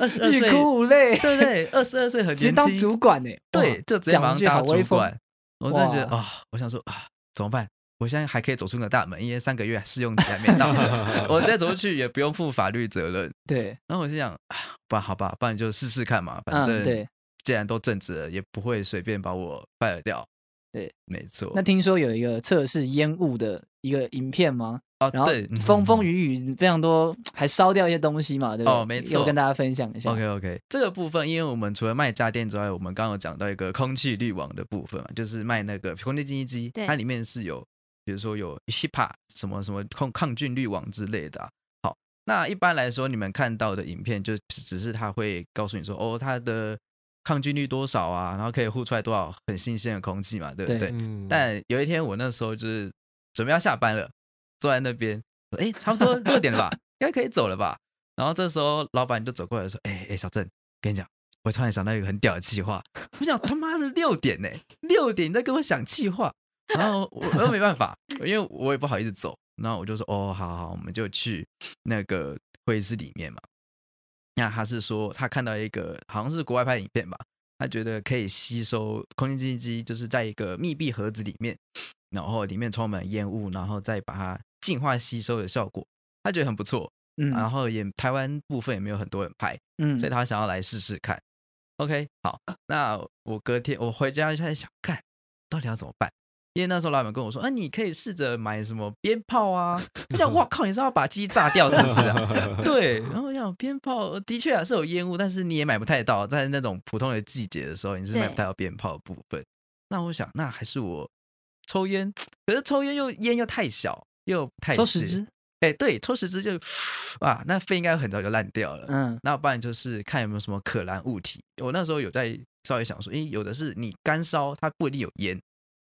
二十二欲岁。哭无泪，对不对，二十二岁很直接年当轻，主管呢、哇对，就直接讲马一上句好当威主风管。我真的觉得哇啊，我想说啊，怎么办？我现在还可以走出那个大门，因为三个月试用期还没到， 我再走出去也不用负法律责任。对，然后我就想，啊不然好吧，不然就试试看嘛，反嗯，正对。既然都正职了，也不会随便把我 fire 掉。对，没错。那听说有一个测试烟雾的一个影片吗？哦，然后对，风风雨。雨雨非常多，还烧掉一些东西嘛，对不对？哦没错要跟大家分享一下。 OK OK，这个部分，因为我们除了卖家电之外，我们刚刚有讲到一个空气滤网的部分嘛，就是卖那个空气净化机，对它里面是有，比如说有 HIPAA 什么什么抗抗菌滤网之类的啊、好，那一般来说，你们看到的影片就只只是它会告诉你说，哦，它的抗菌率多少啊，然后可以呼出来多少很新鲜的空气嘛，对不对对？嗯， 但有一天我那时候就是准备要下班了，坐在那边，说：“哎、差不多六点了吧，应该可以走了吧。”然后这时候老板就走过来说：“哎、哎、小郑，跟你讲，我突然想到一个很屌的气话。我想他妈的六点呢、六点你在跟我想气话。”然后我我又没办法，因为我也不好意思走，然后我就说：“哦，好好，我们就去那个会议室里面嘛。”那他是说他看到一个好像是国外拍的影片吧，他觉得可以吸收空气净化机，就是在一个密闭盒子里面，然后里面充满烟雾，然后再把它净化吸收的效果，他觉得很不错。嗯，然后也台湾部分也没有很多人拍，嗯，呃所以他想要来试试看。OK，好，那我隔天我回家就在想，看到底要怎么办？因为那时候老板跟我说，啊，你可以试着买什么鞭炮 啊。我想，哇靠，你是要把鸡炸掉是不是啊？ 对，然后我想鞭炮的确啊是有烟雾，但是你也买不太到，在那种普通的季节的时候，你是买不对太到鞭炮的部分。那我想，那还是我抽烟，可是抽烟又烟又太小，又不太抽十是支，，哎、对，抽十支就 啊，那肺应该很早就烂掉了。嗯那不然就是看有没有什么可燃物体。我那时候有在稍微想说，诶，有的是你干烧，它不一定有烟；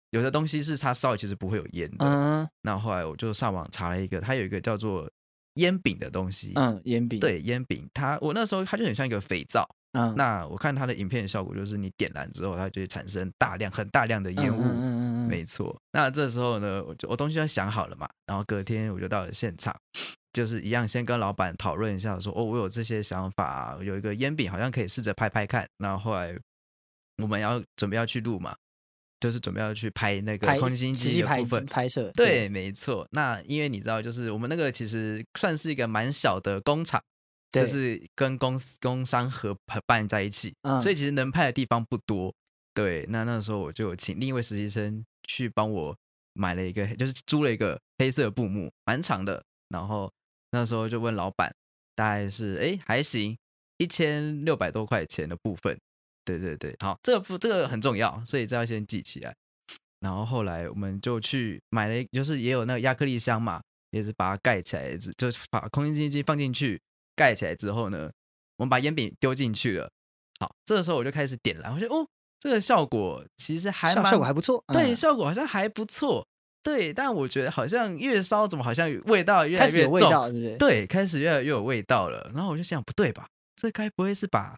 有的东西是它烧了其实不会有烟的。嗯那后来我就上网查了一个，它有一个叫做烟饼的东西。嗯，烟饼，，对，烟饼，它我那时候它就很像一个肥皂。嗯，那我看它的影片效果就是，你点燃之后，它就会产生大量、很大量的烟雾。嗯嗯嗯嗯嗯没错。那这时候呢，我就我东西都想好了嘛，然后隔天我就到了现场，就是一样先跟老板讨论一下说，哦，我有这些想法啊，有一个烟饼好像可以试着拍拍看。然后后来我们要准备要去录嘛，就是准备要去拍那个拍空心实机际的拍部分。拍摄，对，没错。那因为你知道，就是我们那个其实算是一个蛮小的工厂，对就是跟公司工商合合办在一起，嗯所以其实能拍的地方不多。对，那那时候我就有请另一位实习生去帮我买了一个，就是租了一个黑色的布幕，蛮长的。然后那时候就问老板，大概是哎还行，一千六百多块钱的部分。对对对，好，这个不这个很重要，所以这要先记起来。然后后来我们就去买了一，就是也有那个亚克力箱嘛，也是把它盖起来，只就是把空气净化机放进去，盖起来之后呢，我们把烟饼丢进去了。好，这个时候我就开始点燃，我觉得哦，这个效果其实还效蛮效果还不错，对，嗯效果好像还不错。对，但我觉得好像越烧怎么好像味道越来开始越有重，味道，是不是？对，开始越来越有味道了。然后我就想，不对吧？这该不会是把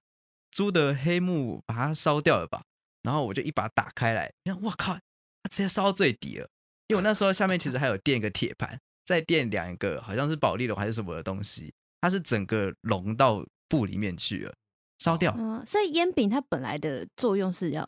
猪的黑幕把它烧掉了吧？然后我就一把打开来，你看，我靠，它直接烧到最底了。因为我那时候下面其实还有垫一个铁盘，再垫两个好像是保利龙还是什么的东西，它是整个融到布里面去了，烧掉，嗯，所以烟饼它本来的作用是要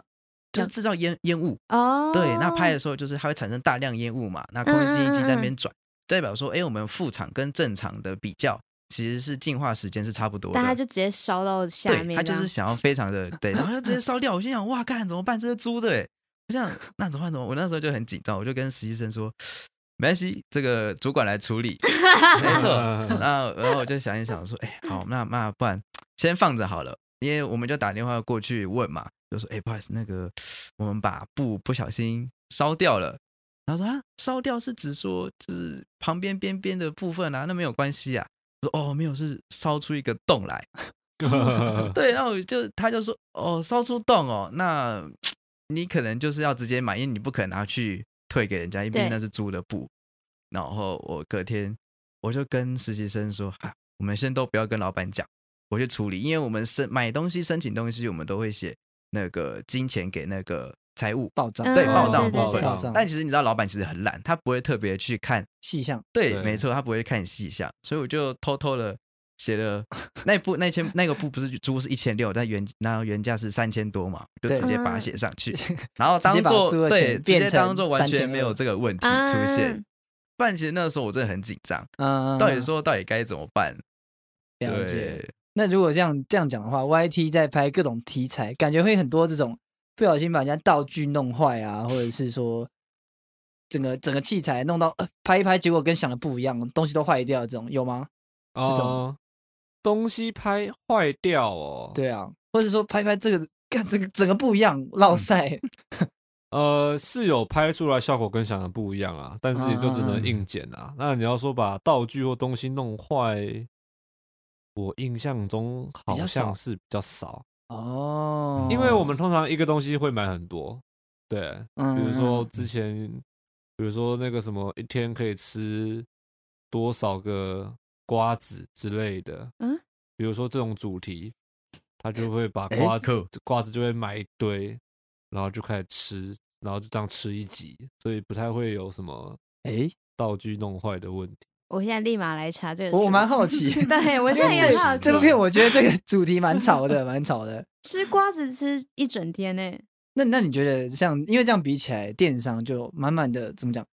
就是制造烟烟雾。哦，对，那拍的时候就是它会产生大量烟雾嘛，那空气净化机在那边转，代表说，哎、我们副厂跟正厂的比较，其实是净化时间是差不多的。但它就直接烧到下对面这他样，就是想要非常的对，然后就直接烧掉。我心想，哇，干怎么办？这是猪的哎！我想那怎么办？怎么办？我那时候就很紧张，我就跟实习生说，没关系，这个主管来处 理。没错，那然后我就想一想说，哎、好，那那不然先放着好了，因为我们就打电话过去问嘛，就说，哎、不好意思，那个我们把布不小心烧掉了。然后说啊，烧掉是指说就是旁边边边的部分啊，那没有关系啊。我说哦，没有，是烧出一个洞来。对，然后我就他就说哦，烧出洞哦，那你可能就是要直接买，因为你不可能拿去退给人家，因为对那是租的布。然后我隔天我就跟实习生说，哈、我们先都不要跟老板讲，我去处理，因为我们申买东西、申请东西，我们都会写那个金钱给那个财务。报账，嗯对，嗯报账的对对部对分啊报账，但其实你知道，老板其实很懒，他不会特别去看细项，对，对没错，他不会看细项，所以我就偷偷的写了那部那千那个部不是租是一千六，但原那原价是三千多嘛，就直接把它写上 去，然后当直接把做租的钱对，直变接成当做完全3200没有这个问题啊出现。不然其实那个时候我真的很紧张，嗯，到底说到底该怎么办？了解。对，那如果这样这样讲的话，YT 在拍各种题材，感觉会很多这种不小心把人家道具弄坏啊，或者是说整个整个器材弄到、呃拍一拍，结果跟想的不一样，东西都坏掉，这种有吗？哦、种东西拍坏掉哦。，对啊，或者说拍一拍这个干这个整个不一样，嗯落塞、 呃，是有拍出来效果跟想的不一样啊，但是也就只能硬剪嗯啊。那你要说把道具或东西弄坏，我印象中好比较少像是比较少，哦因为我们通常一个东西会买很多，对，嗯比如说之前，比如说那个什么一天可以吃多少个瓜子之类的，嗯，比如说这种主题，他就会把哎瓜子、 cool 瓜子就会买一堆，然后就开始吃，然后就这样吃一集，所以不太会有什么哎，道具弄坏的问题。我现在立马来查这个主题。。我我蛮好奇 对我因现在为也很这好奇，这部片，我觉得这个主题蛮吵的，蛮吵的。吃瓜子吃一整天呢、那那你觉得像，因为这样比起来，电商就满满的怎么讲，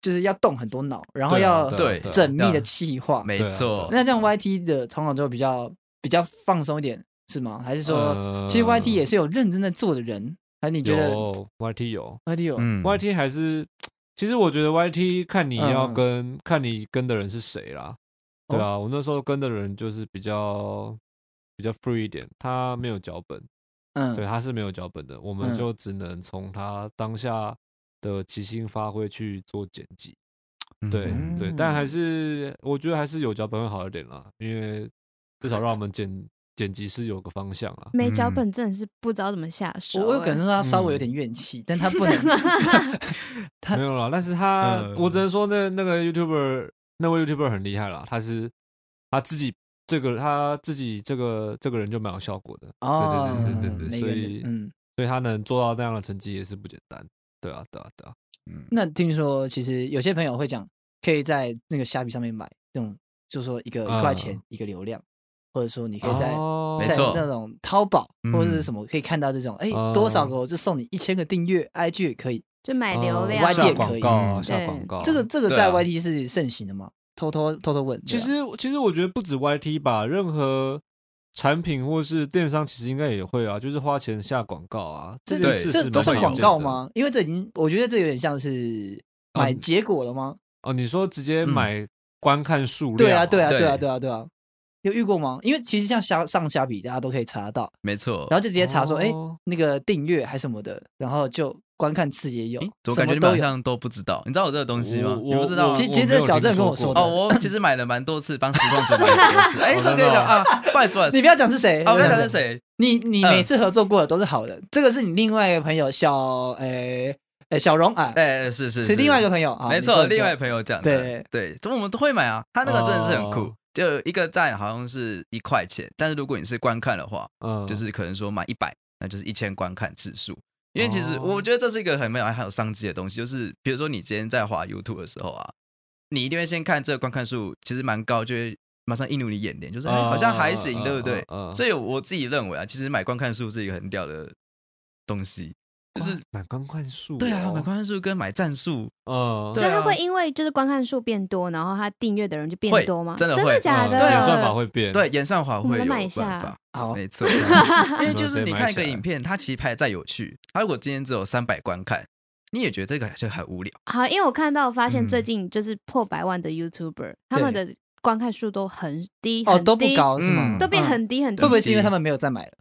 就是要动很多脑，然后对啊要对啊啊对缜密的企划。没对啊错。对啊那这样 YT 的头脑就比较比较放松一点，是吗？还是说，呃其实 YT 也是有认真在做的人？还是你觉得哎有 YT 有、 YT 有？嗯 YT 还是，其实我觉得 YT 看你要嗯嗯哦跟、看你跟的人是谁啦，对啊，我那时候跟的人就是比较比较 free 一点，他没有脚本，对，嗯，他是没有脚本的，我们嗯就只能从他当下的即兴发挥去做剪辑，对、嗯对，但还是我觉得还是有脚本会好一点啦，因为至少让我们剪剪辑是有个方向啦。没脚本真的是不知道怎么下手、我我有感受到他稍微嗯有点怨气，但他 不能他没有啦，但是他，呃我只能说那那个 YouTuber 那位 YouTuber 很厉害啦，他是他自己这个他自己这个这个人就蛮有效果的，哦，对对对对对对，没所原理以、嗯，所以他能做到那样的成绩也是不简单，对啊对啊对啊，嗯那听说其实有些朋友会讲，可以在那个虾皮上面买这种，就说一个一块钱嗯一个流量，或者说你可以在、哦没在错那种淘宝嗯哦或者是什么可以看到这种，哎、多少个我就送你一千个订阅，IG 也可以。就买呃流量。哦，YT 下也可广以告啊嗯下对广告啊，这个这个对在啊 YT 是盛行的吗？偷偷偷偷问。其对啊实其实我觉得不止 YT 吧，任何。产品或是电商其实应该也会啊，就是花钱下广告啊，这件对事这是都蛮算常广见告的？吗？因为这已经，我觉得这有点像是哦买结果了吗？哦，你说直接嗯买观看数量、哦对啊，对啊，对对啊，对啊，对啊。有遇过吗？因为其实像虾上虾比，大家都可以查得到，没错然。后就直接查说，哎、哦那个订阅还什么的，然后就观看次也有诶，我什感觉么你们都好有。像都不知道，你知道我这个东西吗？我你不知道我啊？其实我其实这没有小郑听跟说我说过的哦，我其实买了蛮多次，帮实况组买了蛮多 次。哎，哦这可以真的讲哦啊，不好意思，不好意思，你不要讲是谁，啊，我不要在讲讲哦是是谁？你你嗯每次合作过的都是好的，这个是你另外一个朋友小诶诶小荣啊，哎，是是是另外一个朋友啊，没你错，说的另外朋友讲的，对对，所以我们都会买啊。他那个真的是很酷，哦就一个赞好像是一块钱，但是如果你是观看的话，嗯，哦哦就是可能说买一百，那就是一千观看次数。因为其实哦我觉得这是一个很没有很有商机的东西，就是比如说你今天在滑 YouTube 的时候啊，你一定会先看这个观看数，其实蛮高，就会马上映入你眼帘，就是、哎啊好像还行，哦啊对不对？啊啊所以我自己认为啊，其实买观看数是一个很屌的东西，就是买观看数、哦对啊，买观看数跟买战术嗯，所以对它啊会因为就是观看数变多，然后它订阅的人就变会多吗？真的会啊的假嗯的？演算法会变，对，演算法我会们有买一办下法，好没错。因为就是你看一个影片，它其实拍的再有趣，它如果今天只有三百观看，你也觉得这个就很无聊。好，因为我看到发现嗯最近就是破百万的 YouTuber，他们的观看数都很低，哦很都不低，高是吗？嗯都变嗯很低很低会不。会是因为他们没有再买了？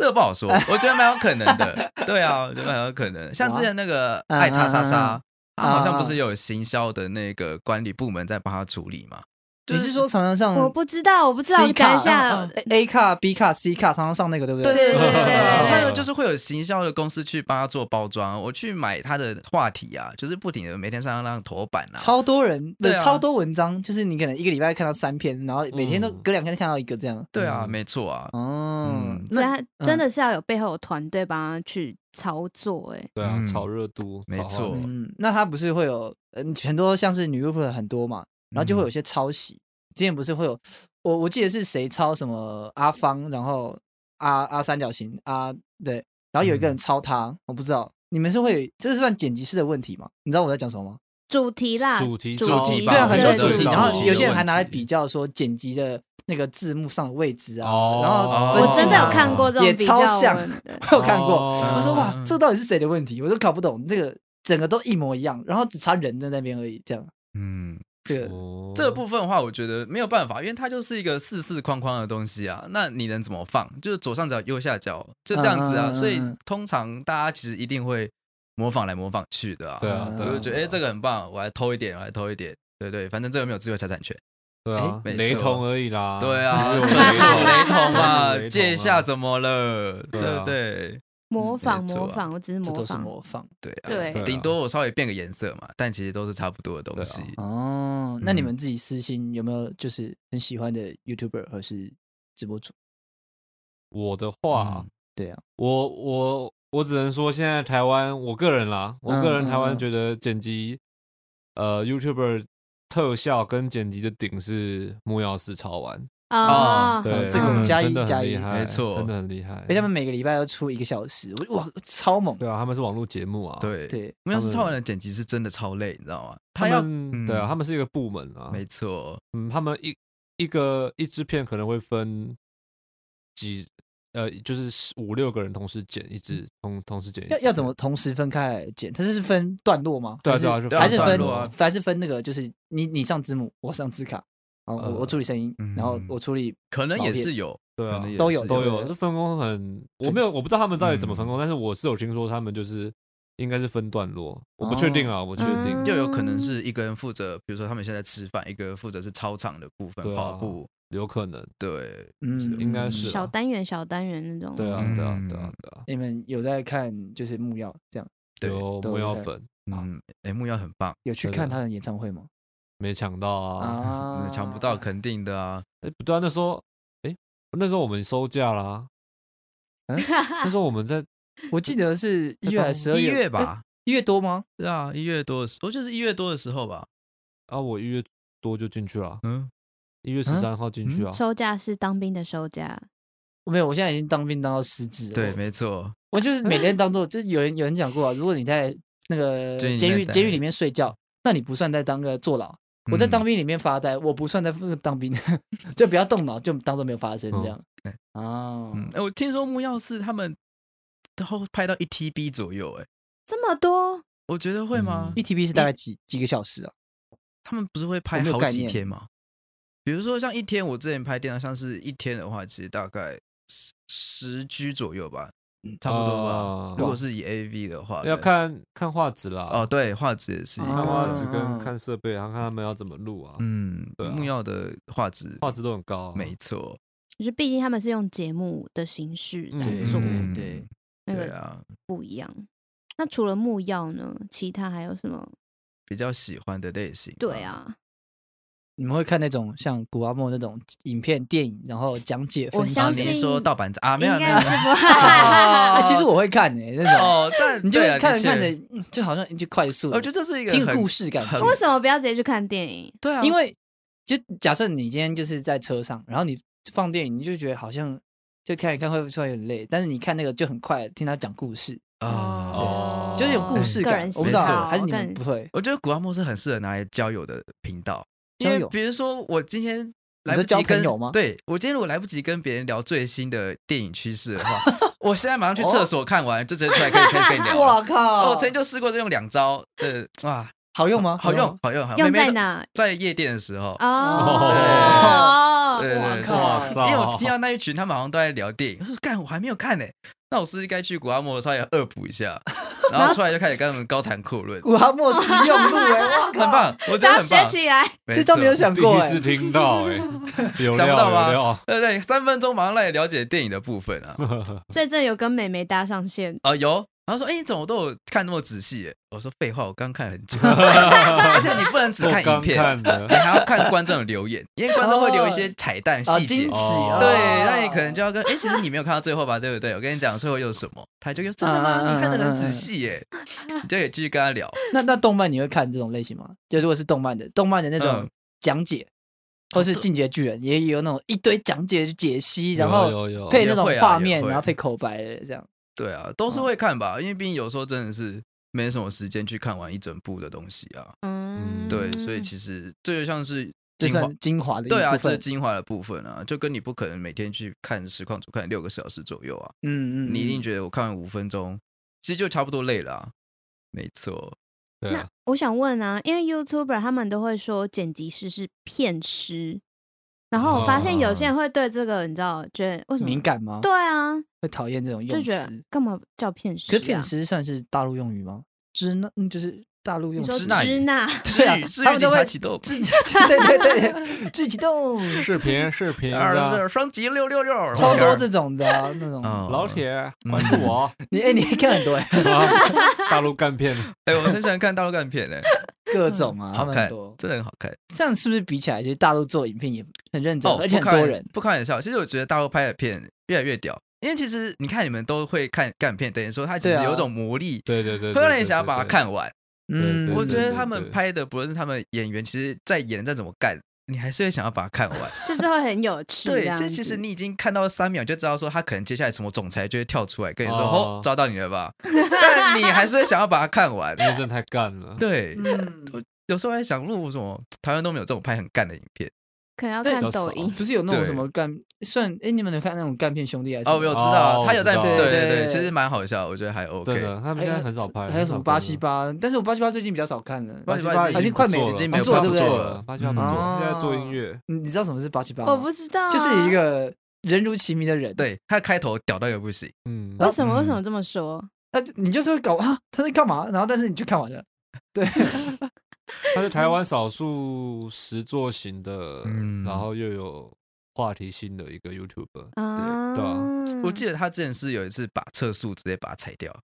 这个不好说，我觉得蛮有可能的。对啊，我觉得蛮有可能。像之前那个哇爱叉叉啊叉，他好像不啊是有行销的那个管理部门在帮他处理嘛？就你是 说常常上我不知道，我不知道，我 C 讲一卡下嗯。嗯 A 卡、B 卡、C 卡，常常上那个对不对对对对对 对，对他有就是会有行销的公司去帮他做包装，我去买他的话题啊，就是不停的每天上上头版啊，超多人，对，对啊超多文章，就是你可能一个礼拜看到三篇，然后每天都嗯隔两天看到一个这样。对啊，嗯没错啊，哦嗯，所以那他真的是要有背后有团队帮他去操作，哎，对啊，嗯炒热度，没炒话错题嗯，那他不是呃会有嗯很多像是女 u p 很多嘛，然后就会有些抄袭。之前不是会有我我记得是谁抄什么阿芳，然后阿阿三角形阿对，然后有一个人抄他，我不知道你们是会这是算剪辑师的问题吗？你知道我在讲什么吗？主题啦，主题主主题题吧对啊，很多对主有题主题，吧然后主题有的些人问还拿来题比较说剪辑的那个字幕上的位置啊，哦然后分我真的有镜啊看过这种也比超较像文 的， 我有看过。哦我说哇嗯，这到底是谁的问题？我都搞不懂，这个整个都一模一样，然后只差人在那边而已，这样嗯，这个哦这个部分的话，我觉得没有办法，因为它就是一个四四框框的东西啊。那你能怎么放？就是左上角、右下角，就这样子啊。嗯嗯嗯嗯所以通常大家其实一定会模仿来模仿去的啊。对啊，对我啊就觉得哎、这个很棒，我来偷一点，我来偷一点。对对，反正这个没有智慧财产权。对啊，哎没雷错同而已啦。对啊，就是就我是们雷同雷同就嘛是雷，同借一下怎么了？对对啊不对？模仿没错模啊仿，我只是这模都是仿。模仿对啊，对对啊顶多我稍微变个颜色嘛，但其实都是差不多的东西。啊哦。那你嗯们自己私心有没有就是很喜欢的 YouTuber 或是直播主？我的话，嗯对啊，我我我只能说，现在台湾，我个人啦，我个人台嗯嗯湾嗯觉得剪辑，呃，YouTuber 特效跟剪辑的顶是木曜四超玩，啊，对， 这个他们加一真的加很一厉害，没错真的很厉害而。且他们每个礼拜要出一个小时，我哇超猛！对啊，他们是网络节目啊，对对，对，没有是超人的剪辑是真的超累，你知道吗？他要们对啊，他们是一个部门啊，嗯没错，嗯，他们一一个一支片可能会分几呃，就是十五六个人同时剪一支，同同时剪一支嗯要要怎么同时分开来剪？它是分段落吗？对啊还是对啊就分还是段分落啊还是分那个就是你你上字幕，我上字卡，然后呃我我处理声音，然后嗯我处理可能也是有，对可啊能也，都是有哎都对不有，对这分工很，我很没有，我不知道他们到底怎么分工，嗯但是我是有听说他们就是应该是分段哦落，我不确定啊，我确定。嗯就有可能是一个人负责，比如说他们现在吃饭，一个人负责是操场的部分对啊跑步，有可能，对，嗯，应该是啊小单元小单元那种。对啊，嗯对啊，对啊，对啊，你们有在看就是木曜这样，对有都木曜在粉嗯，哎，木曜很棒，有去对的看他的演唱会吗？没抢到啊，啊嗯，抢不到肯定的啊，哎，不对啊，那时候，哎，那时候我们收假啦，嗯 那时候我们 在我记得是一月还是十二一月？月吧，一月多吗？是啊，一月多的时，我就是一月多的时候吧，啊，我一月多就进去了，啊嗯，一月十三号进去啊，收假是当兵的收假，哦没有，我现在已经当兵当到失职了。对，没错，我就是每天 当做，就是有人有人讲过啊，如果你在那个监狱里监狱面待监狱里面睡觉，那你不算在当个坐牢。我在当嗯兵里面发呆，我不算在当兵， 就不要动脑，就当做没有发生这样。哦，嗯，哎，我听说木曜是他们都拍到一 TB 左右，哎，这么多，我觉得会嗯？吗一 TB 是大概几几个小时啊？他们不是会我拍没有好概几念天吗？比如说像一天，我之前拍电脑像是一天的话，其实大概十十 G 左右吧，嗯差不多吧。哦啊如果是以 AV 的话，要对看看画质啦，哦，，对，画质也是一看画啊质个，跟看设备，然后看他们要怎么录啊，嗯对啊，木曜的画质，画质都很高啊，没错，就是毕竟他们是用节目的形式来嗯做，嗯对，那对个啊，不一样。那除了木曜呢，其他还有什么？比较喜欢的类型，对，啊，你们会看那种像古阿莫那种影片、电影，然后讲解我分析相啊，吗。信你说盗版仔啊，没有应没有该，是 哎不其实我会看诶，那种啊哦，但你就对啊会看的着确看着，嗯就好像就快速地。我觉得这是一个挺有很故事感很我为什么不要直接去看电影？对啊，因为就假设你今天就是在车上，然后你放电影，你就觉得好像就看一看会突然有点累，但是你看那个就很快听他讲故事，啊，哦就是有故事个感。人我不知喜道啊好还是你个们人不会，我觉得古阿莫是很适合拿来交友的频道，因交为友比如说我今天来不你说交及跟朋友吗对我今天如果来不及跟别人聊最新的电影趋势的 话，我现在马上去厕所看完，就直接出来可以可以跟你聊了。哦哇靠！我曾经就试过这用两招，呃，哇，好用吗？好用，好用，好用妹妹在哪？在夜店的时候，哦，对对哇对靠哇塞因为我听到那一群他们好像都在聊电影，我说干我还没有看呢，那我是不是该去古阿莫稍微恶补一 下，然后出来就开始跟他们高谈阔论，古阿莫实用路 哎，哇很靠！棒，我觉大得很家学棒，起来。没这倒没有错想第过一哎次，听到哎，有想不料到吗有料，对对，三分钟马上来了解电影的部分 啊。所以这有跟美眉搭上线，啊、有，然后说，哎、你怎么都有看那么仔细耶？我说废话，我刚看很 久，而且你不能只看影我片刚看，的 你还要看观众的 留言，因为观众会留一些彩蛋啊，细惊节。喜哦啊！对，那你可能就要跟哎、其实你没有看到最后吧，对不对？我跟你讲最后又什么，他就说真的吗？你看得很仔 细耶，你就可以继续跟他聊。 那那动漫你会看这种类型吗？就如果是动漫的，动漫的那种嗯讲解，或是《进阶巨人》也有那种一堆讲解解析，然后有有有配那种也会啊画也面，会然后配口白的这样。对啊，都是会看哦吧，因为毕竟有时候真的是没什么时间去看完一整部的东西啊。嗯嗯，对，所以其实这就像是这精华算，精华的一对啊，部这是分。精华的部分啊，就跟你不可能每天去看实况组看六个小时左右啊，嗯嗯，你一定嗯觉得我看完五分钟，其实就差不多累了、啊。没错，对 那啊，我想问啊，因为 YouTuber 他们都会说剪辑师是骗师，然后我发现有些人会对这个你知道觉得为什么敏？感吗？对啊，会讨厌这种就用觉得词。干嘛叫骗师、啊？可是骗师算是大陆用语吗？支那嗯就是大陆你用说词支。那支那至对啊于至他于们警都察会启动，自 对对 对，自己动，视频视频，二这样是双击六六六，超多这种的啊那种。嗯老铁关注 我哦，你哎，你看很多 哎，啊大陆干片，哎，我很喜欢看大陆干片 嘞，各种啊，他好们很看多，。真的很好看。这样是不是比起来，其实大陆做影片也很认真，哦，而且不很开多玩人。不开玩笑，其实我觉得大陆拍的片越来越屌，因为其实你看你们都会看干片，等于说它其对实啊有一种魔力，对对对， 会让对人想要把它。看完。嗯对我觉对得对他们拍的，不论是他们演员，其实在演再怎么干，你还是会想要把它看完。就是会很有趣。对这，样这其子实你已经看到三秒就知道说他可能接下来什么总裁就会跳出来跟你说：“哦哦，抓到你了吧？”但你还是会想要把它看完对。因为真的太干了，对，嗯，有时候还想，录什么台湾都没有这种拍很干的影片。可能要对看比较抖少音。不是有那种对什么干算哎，你们有看那种干片兄弟还是什哦，么我有知哦道，他有在，我知对道对对对对对，其实蛮好笑，我觉得还 OK。对的，他们现在很少拍了，哎还有什么很少八拍七了八？但是我八七八最近比较少看了。八八七七八八已经快没了了，已经没有做办法做了八七八不做嗯了，现在做音乐，你你知道什么是八七八吗？我不知道啊、就是一个人如其名的人，，对他开头屌到也不行，嗯，为什么为什嗯么这么说？他就你就是会搞啊，他在干嘛？然后但是你去看完了， 对，它是台湾少数实作型的，嗯然后又有话题性的一个 YouTuber，啊，对啊我记得他之前是有一次把测速直接把它裁掉，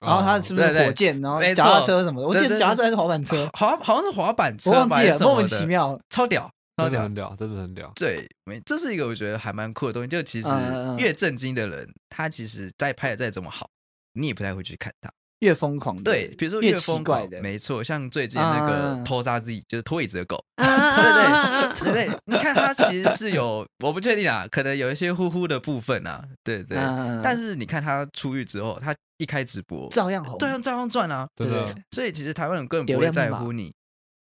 然后啊他是不是对哦对火箭，然后没脚踏错车什么的？我记得对是对脚踏车还是滑板车，好像好像是滑板车我吧，忘记还了，是什么莫名的其，妙。超屌，真超的屌很。屌，真的很屌。对，没，这是一个我觉得还蛮酷的东西。就其实嗯嗯嗯越震惊的人，他其实再拍的再怎么好，你也不太会去看他。越疯狂的，对，比如说越疯奇怪狂的，没错，像最近那嗯嗯嗯个偷杀自己，就是拖椅子的狗， 啊啊对对啊啊啊对对，你看它其实是有，我不确定啊，可能有一些呼呼的部分啊，对对。嗯但是你看他出狱之后，他一开直播，照样红，照样照样赚啊，真的，所以其实台湾人根本不会在乎你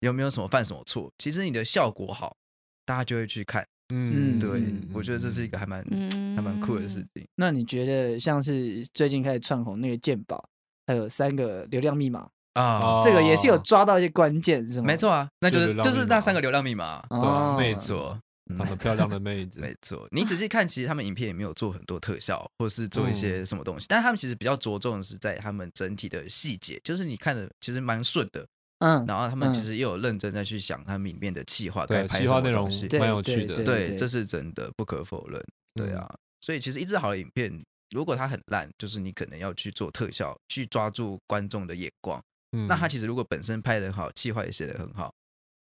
有没有什么犯什么错，其实你的效果好，大家就会去看。嗯，嗯对嗯，我觉得这是一个还蛮嗯还蛮酷的事情。那你觉得像是最近开始窜红那个鉴宝，还有三个流量密码，啊哦这个也是有抓到一些关键，是吗？没，错啊，那就是就流浪密码就是那三个流量密码，哦对啊妹没子错，嗯长得漂亮的妹 子，没错，你仔细看，其实他们影片也没有做很多特效，或是嗯做一些什么东西，但他们其实比较着重的是在他们整体的细节，就是你看的其实蛮顺的，嗯，然后他们嗯其实也有认真在去想他们里面的企划，该对，拍企什划么内容东西，对蛮有趣的，对对，这是真的，不可否认，对啊，嗯所以其实一支好的影片，如果它很烂，就是你可能要去做特效，去抓住观众的眼光。嗯，那他其实如果本身拍的好，企划也写的很好，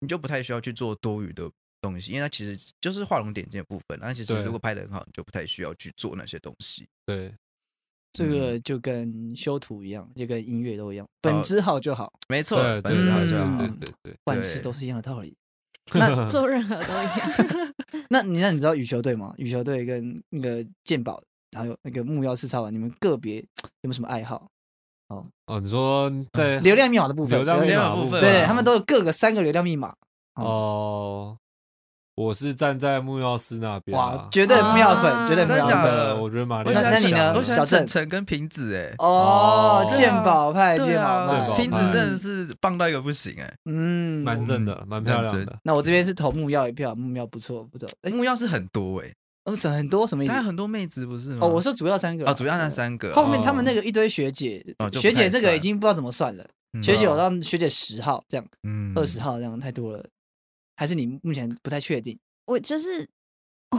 你就不太需要去做多余的东西，因为它其实就是画龙点睛的部分。那其实对如果拍的很好，你就不太需要去做那些东西。对，这嗯个就跟修图一样，就跟音乐都一哦样，本质好就好，没错，对，本对，身好对，就像好对嗯，对，对，万事都是一样的道理。 啊做任何都一样。那你那你知道羽球队吗？羽球队跟那个鉴宝，还有那个木曜四超玩，你们个别有没有什么爱好？哦，你说在流量密码的部分，流量密流码量部分对嘛他们都有各个三个流量密码，哦，我是站在木曜师那边啊，哇，绝对啊不要粉，绝对不真真的要的假假粉。的？我觉得玛丽我亚喜那欢那你呢我喜欢小郑整成跟瓶子哎、哦哦，嗯鉴宝派，对鉴宝啊，健保派，派瓶子真的是棒到一个不行哎、嗯，蛮正的，蛮漂亮认的真，那我这边是投木曜一票，木曜不错不错，哎，木曜是很多哎、哦，是很多什么意思他？很多妹子不是吗？哦，我说主要三个啊，主要那三个后啊，面他们那个一堆学姐哦，就不学姐太那个算已经不知道怎么算了，嗯学姐有哦到学姐十号这样，嗯二十号这样太多了，还是你目前不太 确定，我就是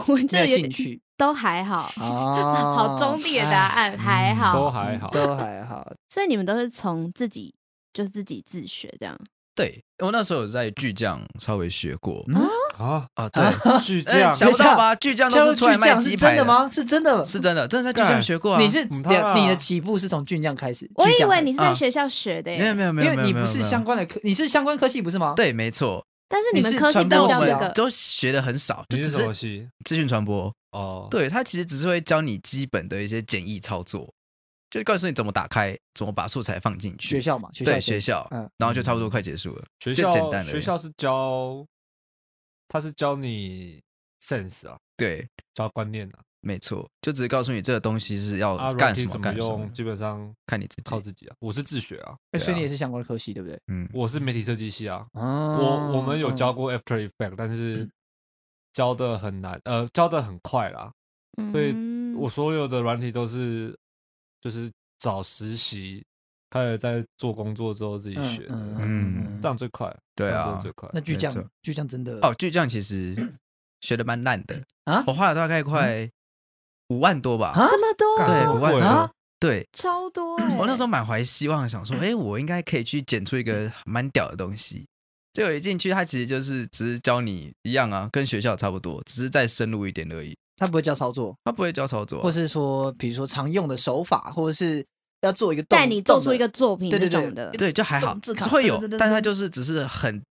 我没这有有兴点趣都还好，啊？好中立的答哎，案还嗯都好。还好，都还好， 所以你们都是从自己就是自己自学这样。对，我那时候有在巨匠稍微学过嗯啊，啊， 对，对，巨哎匠，想不到吧？巨匠都加入是出来巨卖匠鸡是排真的？吗？是真的，是真的，真的在巨匠学过啊。嗯你是母等汤啊下你的起步是从俊将开始，我巨以匠为开你始是在啊学校学的耶，没有没有没有，因为你没有不是没有相关的科，你是相关科系不是吗？，对，没错，但是你们你是科系传不但播我教系这啊个们，都学的很少，就你只是什么是系？资讯传播。哦，对，它其实只是会教你基本的一些简易操作，就告诉你怎么打开，怎么把素材放进去。学校嘛，学校对学学校，嗯然后就差不多快结束了。学就校简单而已学校是教，他是教你 sense 啊，对，教观念啊，没错，就只是告诉你这个东西是要啊，哦干软什体么怎么干什用，么，基本上看你自靠己。自己啊。我是自学啊，哎所以对啊你也是相关科系对不对？嗯，我是媒体设计系啊，啊我我们哦有教过 After Effect，但是教的很难，呃，教的很快啦。对嗯我所有的软体都是就是找实习，开始在做工作之后自己学的，嗯这样最快，对这样啊做最。快。那巨匠没错，巨匠真的哦，巨匠其实学的蛮烂的啊我花了大概快五万多吧。啊这么多，干对，这么五万贵多啊。对，超多欸。我那时候满怀希望，想说，哎，我应该可以去剪出一个蛮屌的东西。结果一进去，它其实就是只是教你一样啊，跟学校差不多，只是再深入一点而已。他不会教操作，它不会教操作啊，或是说比如说常用的手法，或者是要做一个动带你做动出的一个作品对那对对种的，对，就还好，动字是卡会有噔噔噔噔，但它噔就是只是很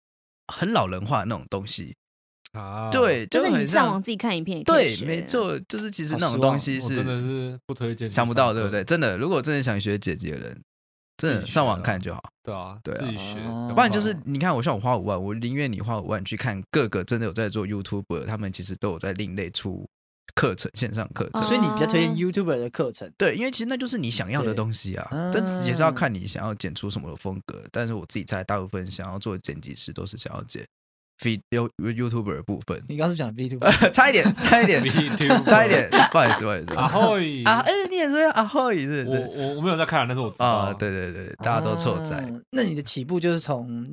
很老人化那种东西。啊，对，就是很你像上网自己看影片也可以对，学啊没。错，就是其实好那失种望东西我真的是是不推荐，想不到，对不对？？真的，如果真的想学姐姐的人，真自的己学上网啊看就好。对啊，对啊自己学，哦不然就是你看，我像我花五万，我宁愿你花五万去看各个真的有在做 YouTube，他们其实都有在另类出课程，线上课程。哦所以你比较推荐 YouTuber 的课程。，对，因为其实那就是你想要的东西啊，这只也是要看你想要剪出什么的风格。但是我自己猜，大部分想要做剪辑师都是想要剪 v You YouTuber 的部分 你刚刚是不是讲呃 VTuber，差 一点，差一点， YouTube 差一点，不好意思，不好意思。啊会啊，哎，你也说啊会是我是我我没有在看啊，但是我知道啊，对对对，大家都错在。啊那你的起步就是从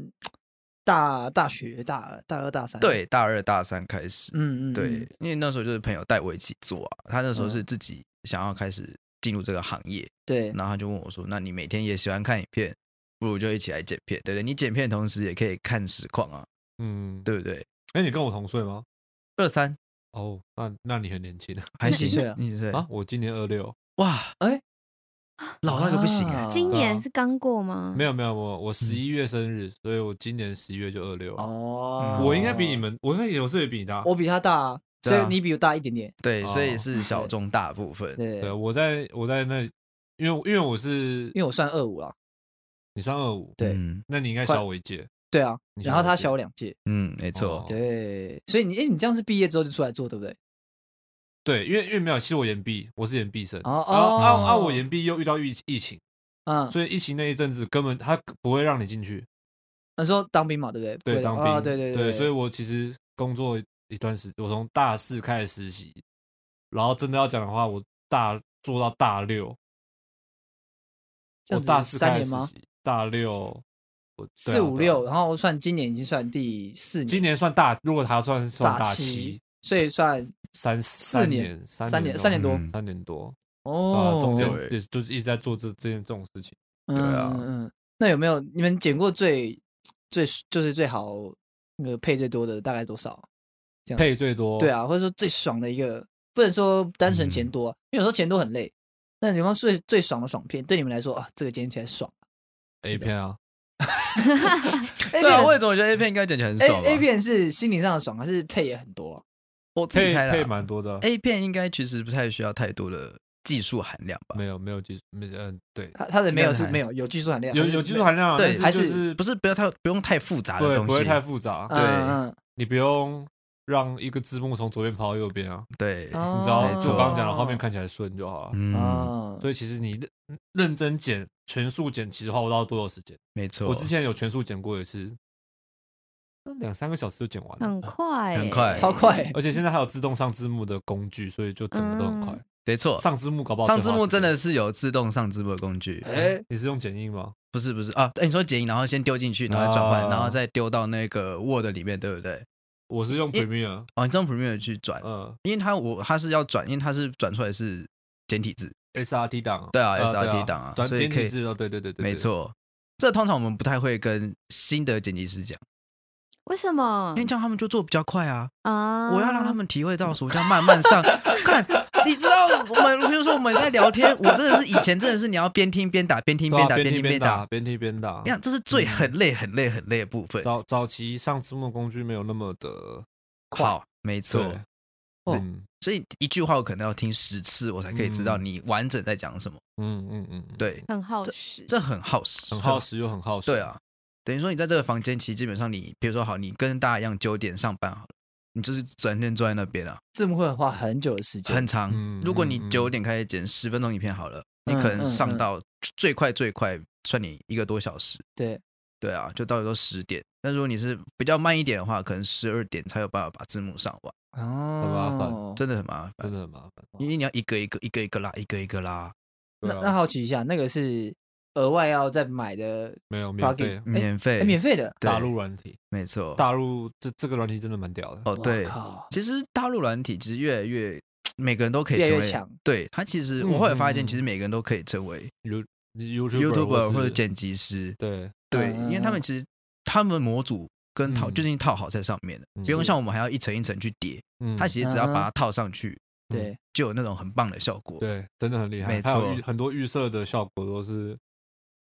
大大学大大二大三，对，大二大三开始，嗯，嗯嗯，嗯对，因为那时候就是朋友带我一起做啊，他那时候是自己想要开始进入这个行业，对，然后他就问我说：“那你每天也喜欢看影片，不如就一起来剪片，对不对？你剪片的同时也可以看实况啊，嗯，对不对哎，你跟我同岁吗？二三哦，那那你很年轻还那你行，几岁啊你几岁啊，？我今年二六，哇，哎，老到一个不行哎、啊今对啊年是刚过嗯吗？没有没有，我我十一月生日，所以我今年十一月就二六。哦，我应该比你，们，我应该有岁比你大。我比他大啊，对所啊以你比我大一点点，对，所以哦是小中大部分，对，对，我在我在那，因为因为我是因为我算二五啊，你算二五，对嗯那你应该快小我一届。对啊你，小然后他我一届小我两届，嗯，没错哦，对，所以你哎，你这样是毕业之后就出来做，对不对？对，因为因为没有，其实我延毕，我是延毕生。哦啊啊哦啊！我延毕又遇到疫疫情，嗯，所以疫情那一阵子根本他不会让你进去，那时候当兵嘛，对不对？对，不会当啊兵，对对所以我其实工作一段时，我从大四开始实习，然后真的要讲的话，我大做到大六，这我样子大四三开始年实吗习，大六我对啊四五对啊六，然后算今年已经算第四年，今年算大，如果他算算大七七，，所以算三四三年年，三年年三年多嗯三年多，啊，哦中间对就是就是一直在做这这件这种事情。对啊嗯，嗯那有没有你们剪过最最就是最好那个配最多的大概多少？啊这样配最多，嗯对，啊，或者说最爽的一个，不能说单纯钱多，因为有时候钱多很累。那有没有最最爽的爽片？对你们来说啊，这个剪起来爽。 A 片啊， A 对啊，片我也总觉得 A 片应该剪起来很 A 爽啊吧 A 片是心灵上的爽，还是配也很多啊？我自己配猜的配啊蛮多的， ，A 片应该其实不太需要太多的技术含量吧。没有没有技术，没嗯对，他他的没有是应该是还没有有技术含量，有还是有技术没含量啊，对但是还就是是不是不要太不用太复杂的对东西，不会太复杂，对嗯你不用让一个字幕从左边跑到右边啊，对，嗯你只要没就错我刚刚讲的画面看起来顺就好了。嗯，哦，所以其实你认认真剪全速剪，其实花不到多少时间。没错，我之前有全速剪过一次，两三个小时就剪完了。很快欸，很快超快，而且现在还有自动上字幕的工具，所以就整个都很快。没错，上字幕搞不好嗯上最字花幕时真间的是有自动上字幕的工具，哎，你是用剪映吗？不是不是啊，哎你说剪影，然后先丢进去，然后再转换，哦然后再丢到那个 Word 里面，对不对？我是用因 Premiere，哦，你用 Premiere 去转，嗯因为它我它是要转，因为它是转出来是简体字， ，SRT 档，对啊呃 SRT 档啊转所以简可以体字哦，对对对对，对没。错。这通常我们不太会跟新的剪辑师讲，为什么因为？这样他们就做比较快啊。啊我要让他们体会到什么叫慢慢上，看你知道我们，比如说我们在 聊天，我真的是以前真的是你要边听边打，边听对边啊打，边听听边打。边听边打嗯你。看，这是最很累、很累、很累的部分。早早期上字幕工具没有那么的好，没错对。哦嗯所以一句话我可能要听十次，我才可以知道嗯你完整在讲什么。嗯嗯嗯，嗯，对，很好奇，这很耗时，很耗时又很耗时。对，啊，等于说你在这个房间，其实基本上你，比如说好，你跟大家一样九点上班好了，你就是整天坐在那边啊，字幕会花很久的时间，很长。嗯如果你嗯嗯九点开始剪十分钟影片好了，你嗯可能嗯上嗯到最快最快算你一个多小时。对对啊，就到时候十点。但如果你是比较慢一点的话，可能十二点才有办法把字幕上完，麻烦哦。真的很麻烦真，的很麻烦。因为你要一个一个一个一个拉，一个一个拉，对那啊那好奇一下，那个是额外要再买的，没有免费啊 Plugin 哎免费，哎免费的。对大陆软体，没错，大陆这这个软体真的蛮屌的。哦对我，靠，其实大陆软体其实越来越，每个人都可以越来成越为强对他其实嗯我后来发现，嗯其实每个人都可以成为 YouTuber YouTuber 或或者是剪辑师，对，对，嗯因为他们其实他们模组跟套嗯就已经套好在上面了，嗯不用像我们还要一层一层去叠，嗯，他其实只要嗯哼把它套上去，对，就有那种很棒的效果。对真的很厉害，没还有错预很多预设的效果都是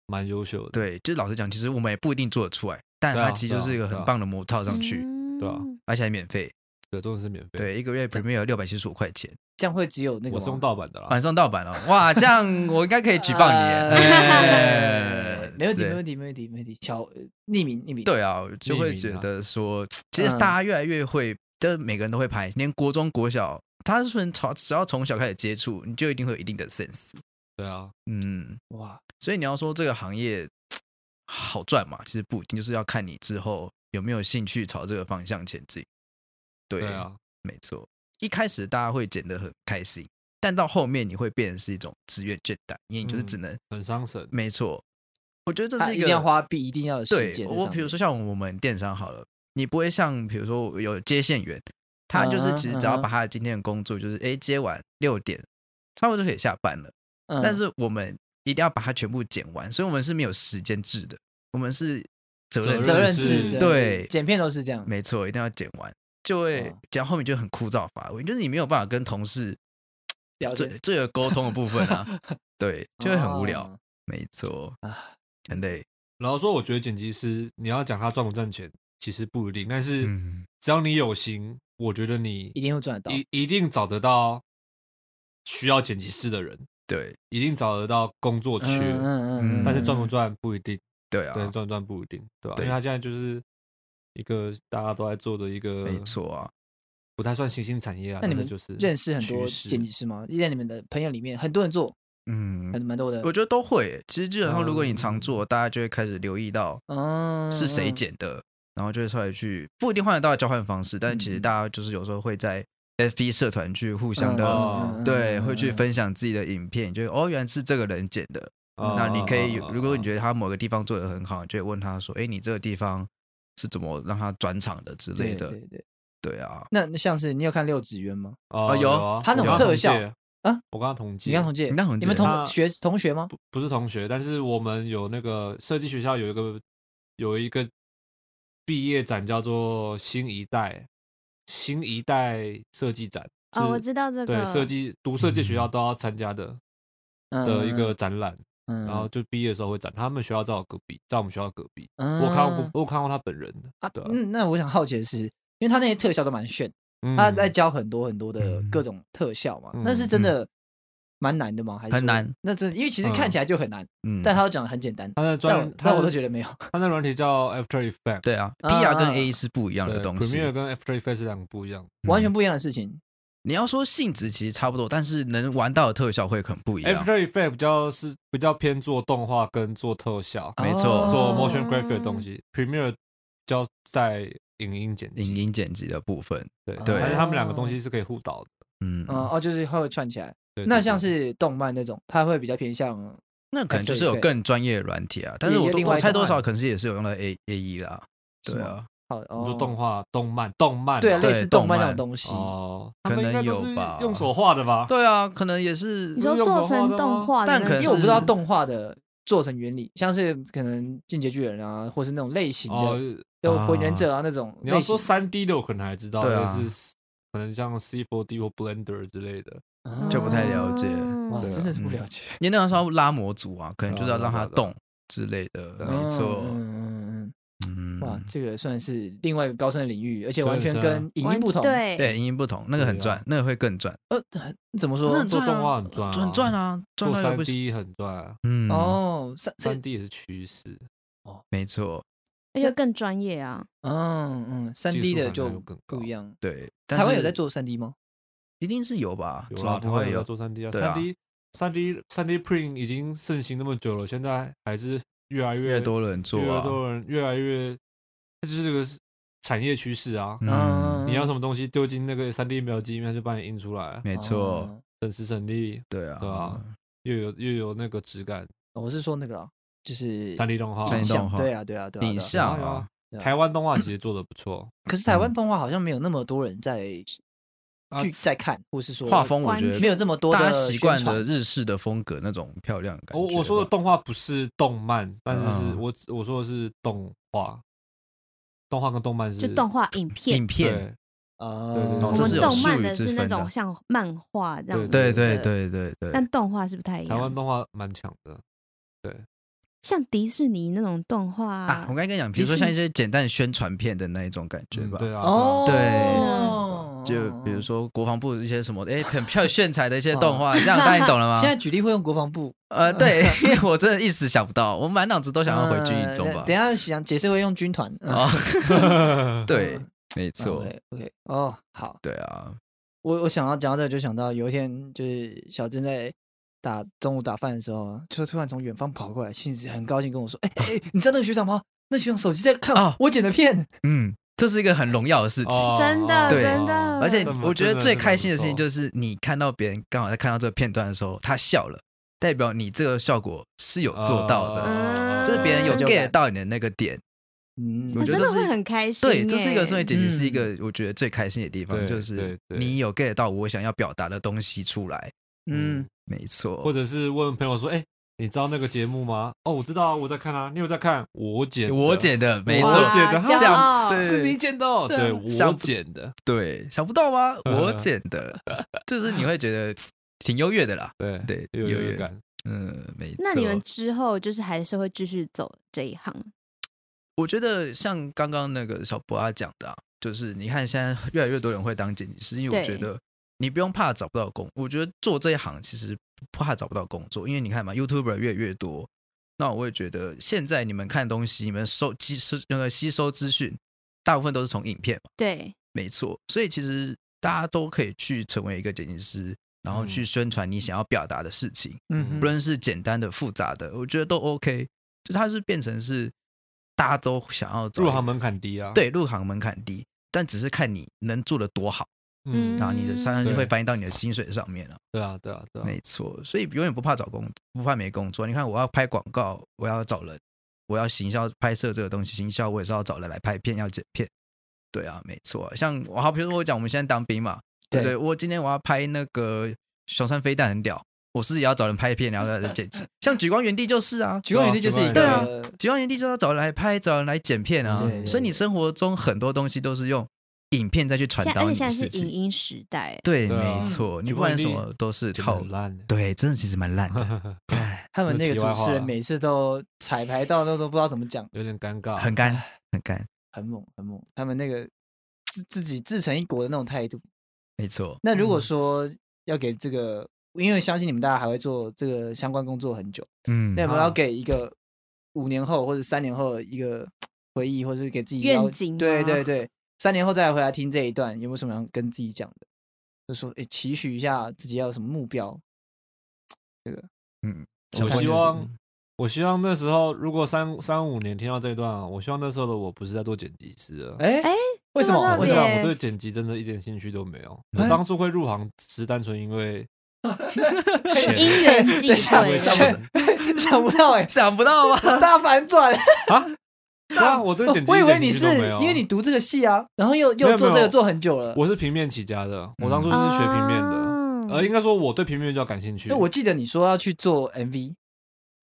蛮优秀的。对，就是老实讲，其实我们也不一定做得出来，但对啊它其实就是一个对啊很棒的模套上去，对啊嗯而且还免费，对，真的是免费。，对，一个月 Premiere 六百七十五块钱，这样会只有那个我是用吗盗版的啦晚。上盗版哦，哇，这样我应该可以举报你耶， 呃哎没问题，对没问题，没问题，没问题。小呃匿名，匿名。对啊，我就匿会名觉啊得说，其实嗯大家越来越会，就是每个人都会拍，连国中、国小，他是从从只要从小开始接触，你就一定会有一定的 sense。对啊，嗯，哇，所以你要说这个行业好赚嘛，其实不一定，就是要看你之后有没有兴趣朝这个方向前进。对对，啊，没错。一开始大家会剪得很开心，但到后面你会变成是一种职业倦怠，因为你就是只嗯能、很伤神。没错。我觉得这他是啊一个定要花币，一定要有时对间在上面。我比如说像我们电商好了，你不会像比如说有接线员，他就是其实只要嗯哼把他的今天的工作就是哎、诶接完六点，差不多就可以下班了。嗯，但是我们一定要把它全部剪完，所以我们是没有时间制的，我们是责任责任制制，责任对制剪片哦都是这样。没错，一定要剪完，就会哇讲后面就很枯燥乏味，就是你没有办法跟同事表这现这个沟通的部分 啊，对，就会很无聊。哦没错啊，很累。然后说，我觉得剪辑师，你要讲他赚不赚钱，其实不一定，但是嗯，只要你有心，我觉得你一定会赚得到。一一定找得到需要剪辑师的人，对一定找得到工作缺，嗯嗯嗯，但是赚不嗯赚不一定，对啊，对，赚不赚不一定，对吧、对因为他现在就是一个大家都在做的一个，嗯没，错啊。不太算新兴产业啊，那但你是们就是认识很多趋势剪辑师吗？在你们的朋友里面，很多人做，嗯，很蛮多的我。觉得都会欸。其实基本上，如果你常哦嗯做，大家就会开始留意到嗯，是谁嗯？剪的，然后就会出来去不一定换得到交换方式，但是其实嗯大家就是有时候会在 FB 社团去互嗯相的。哦对，会去。嗯嗯嗯嗯嗯分享自己的影片，就哦，原来是这个人剪的。哦哦那你可以，如果你觉得他某个地方做的很好，你就会问他说：“哎，你这个地方是怎么让他转场的之类对的对对。？”对啊，那那像是你有看六指渊吗？得哦啊有啊他那种我跟特同效届啊，我跟他同届，你看同届，你看同你届们同他学同学吗？不不是同学，但是我们有那个设计学校有一个有一个毕业展叫做新一代新一代设计展。哦，我是知道这个对设计读设计学嗯校都要参加的的一个展览，嗯，嗯然后就毕业的时候会展。他们学校在我隔壁，在我们学校隔壁，嗯我有看过，我有看过他本人的啊对啊，嗯，那我想好奇的是，因为他那些特效都蛮炫，他在教很多很多的各种特效嘛，嗯那是真的蛮难的吗？还是很说难？那真因为其实看起来就很难，嗯，但他都讲的很简单。他的但专我但我都得觉得 没有，他的软体叫 After Effect，对啊，P 啊 R 啊跟 A 是不一样的东西。 ，Premiere 跟 After Effect 是两个不一样。完全不一样的事情。你要说性质其实差不多，但是能玩到的特效会很不一样。 After Effect 比较是比较偏做动画跟做特效，没错做哦 motion graphic 的东西，Premiere 比较在影音剪影辑，音剪辑的部分，对对但是他们两个东西是可以互导的。嗯，嗯哦，就是它会串起来。对那对像对是动漫那种，它会比较偏向那可能就 After 是有 Effect 更专业的软体啊，但是也我有都另外我一猜种多少案可能是也是有用到 A A E 啦，对啊，好你哦说，动画、动漫、动漫啊，对啊对类似动动漫那漫种东西。哦，可他们应该能都有是吧用手画的吧？对啊，可能也是不你说是用做手画成的吗动画的但那可能因为我不知道是动画的做成原理，像是可能《进击的巨人》啊，或是那种类型哦的，，就《火影忍者》啊那种你类型。要说三 D 的，我可能还知道，对啊但是可能像 C4D 或 Blender 之类的。就不太了嗯解啊哦哇，对啊真的是不了解，因为那时候拉模组啊，可能就是要让它哦动之类的，对啊啊没错。嗯嗯嗯嗯嗯，哇，这个算是另外一个高深的领域，而且完全真的是啊跟影音不同。，对，对，音音不同，那个很赚，那个会更赚，呃，很怎么那说很？啊做赚啊动画很赚啊很赚啊，赚做到又三不行。 D 很赚啊，嗯，哦，哦，三这三 D 也是趋势，没错，而且更专业啊。嗯嗯，三技 D 术的含就量更高不一样。对。但台湾是有在，做三 D 吗？一定是有吧？有怎么啦，不台湾有会在有？做三 D 啊，对啊三 D 三 D 三 D print 已经盛行那么久了，现在还是越来越多人做越来越啊，多人越来越，这就是这个是产业趋势啊。嗯，你要什么东西丢进那个三 D 印表机里面，它就帮你印出来，没错，哦，省时省力，对啊，对啊又有又有那个质感。我是说那个啊，就是三 D 动画，三 D 影动像，画对啊对啊对啊，对啊影有啊像嗯啊有啊对啊台湾动画其实做的不错，可是台湾动画好像没有那么多人在啊剧在看，或是说画风我关觉注没得有这么多大家的习宣惯传的日式的风格那种漂亮感觉吧。我我说的动画不是动漫，但是是嗯我我说的是动画，动画跟动漫是就动画影片影，片，哦啊，对对对对我这们是有动漫术语的之是那分的种像漫画这样子，对对，对对对，但动画是不太一对台湾样。动画蛮强的，像迪士尼那种动画啊，我，刚才跟你讲，比如说像一些简单的宣传片的那一种感觉嗯吧。对啊，哦，对哦就比如说国防部一些什么，哎，很漂炫彩的一些动哦画，这样大家你懂了吗？ 现在嗯举例会用国防部，呃，对，因为我真的一时想不到，我满脑子都想要回军营中呃吧等。一下想解释会用军团，嗯啊， 对啊对，没错， ，OK OK，哦，好，对啊，我我想到讲到这个，就想到有一天就是小珍在打中午打饭的时候，就突然从远方跑过来，兴致很高兴跟 我说：“哎、哎、哎你知道那个学长吗？那学长手机在看啊我剪的片。嗯，这是一个很荣耀的事情。哦 真的对真的，而且这么我觉真得的最是开蛮心不的事错情就是，你看到别人刚好在看到这个片段的时候，他笑了，代表你这个效果是有做到哦的，嗯就是别人有成就感 get 到你的那个点。嗯”我我觉真得的这是会很开心欸。对，这是一个所以姐姐是一嗯个我觉得最开心的地方，对就对是对你有 get 到我想要表达的东西出来。嗯，没错，或者是问朋友说，哎，你知道那个节目吗？哦，我知道啊，我在看啊，你有在看？我剪的，我剪的，没我错，剪的哇骄像傲对是你剪的哦，对啊对想我不剪的，对，想不到 吧？我剪的，就是你会觉得挺优越的啦。对对有优越有感，嗯，没错。那你们之后就是还是会继续走这一行，我觉得像刚刚那个小博阿讲的、啊，就是你看现在越来越多人会当剪辑师，因为我对觉得你不用怕找不到工，我觉得做这一行其实不怕找不到工作，因为你看嘛，YouTuber 越来越多，那我也觉得现在你们看东西，你们收吸收那个吸收资讯，大部分都是从影片嘛，对，没错，所以其实大家都可以去成为一个剪辑师，然后去嗯宣传你想要表达的事情。嗯哼不论是简单的、复杂的，我觉得都 OK。就它是变成是大家都想要找入行门槛低啊，，对入行门槛低，但只是看你能做的多好，嗯嗯，然后你的当然就对会反映到你的薪水上面了、对啊，对啊，对啊，没错，所以永远不怕找工，不怕没工作。你看，我要拍广告，我要找人，我要行销拍摄这个东西，行销我也是要找人来拍片，要剪片。对啊，没错。像我好，比如说我讲，我们现在当兵嘛，对不对？对我今天我要拍那个熊山飞弹很屌，我是也要找人拍片，然后来剪辑。像举光原地就是啊，举光原地就是一个对啊举光原地就要找人来拍，找人来剪片啊。对对对所以你生活中很多东西都是用影片再去传现在导你而且的现在是事影情。音时代，对，对啊没错，你举不光管什原地么都是剪得靠很烂的，对，真的其实蛮烂的，哎他们那个这题外主持人话每次都彩排到都都不知道怎么讲，有点尴尬，很干很干，很猛很猛。他们那个自自己自成一国的那种态度。没错，那如果说要给这个，因为相信你们大家还会做这个相关工作很久。嗯那，有没有啊要给一个五年后或者三年后的一个回忆，或者是给自己愿要景对吗对对，三年后再回来听这一段，有没有什么要跟自己讲的？就说诶，期许一下自己要有什么目标？嗯，我小希公望司，我希望那时候如果三三五年听到这一段啊，我希望那时候的我不是在做剪辑师啊了。哎、哎为什这么么？为特为什什么么？别我对剪辑真的一点兴趣都没有？哎我当初会入行只是单纯因 为钱因缘际等一下会，想 不到哎、想不到吧？ 大反转！啊，对啊，我对剪辑我以一为点你兴趣是都没有，因为你读这个戏啊，然后又没又有做没这有个做很久了。我是平面起家的，我当初是学平面的，啊呃，应该说我对平面比较感兴趣。嗯那我记得你说要去做 MV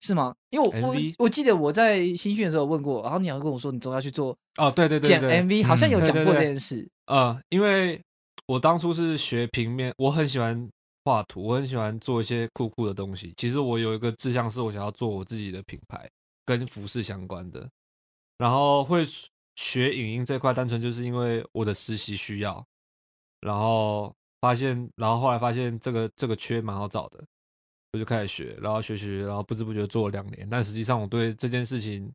是吗？因为我我 MV 我记得我在新训的时候问过，然后你好像跟我说你总要去做哦，对对对剪对， MV，好像有嗯讲对对过这对件事。呃，因为我当初是学平面，我很喜欢画图，我很喜欢做一些酷酷的东西。其实我有一个志向是我想要做我自己的品牌，跟服饰相关的。然后会学影音这块，单纯就是因为我的实习需要，然后发现，然后后来发现这个这个缺蛮好找的，我就开始学，然后学学，学然后不知不觉做了两年。但实际上我对这件事情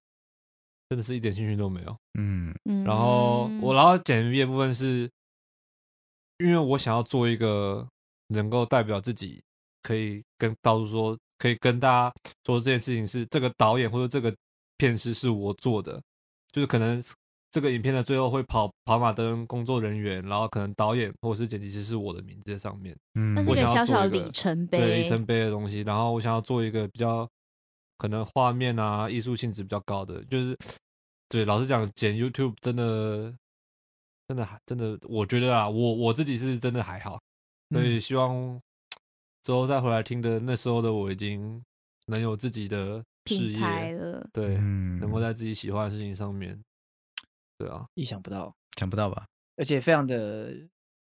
真的是一点兴趣都没有。嗯嗯然后我然后剪 MV 的部分是，因为我想要做一个能够代表自己，可以跟到处说，可以跟大家说这件事情是这个导演或者这个片师是我做的，就是可能这个影片的最后会跑跑马灯工作人员，然后可能导演或者是剪辑师是我的名字在上面，嗯那是我个想小要小做的一个里程对碑，里程碑的东西。然后我想要做一个比较可能画面啊、艺术性质比较高的，就是对，老实讲，剪 YouTube 真的真的还真的，我觉得啊，我我自己是真的还好，所以希望之后再回来听的那时候的我已经能有自己的事品牌业，了。对，嗯能够在自己喜欢的事情上面，对啊，意想不到，想不到吧？而且非常的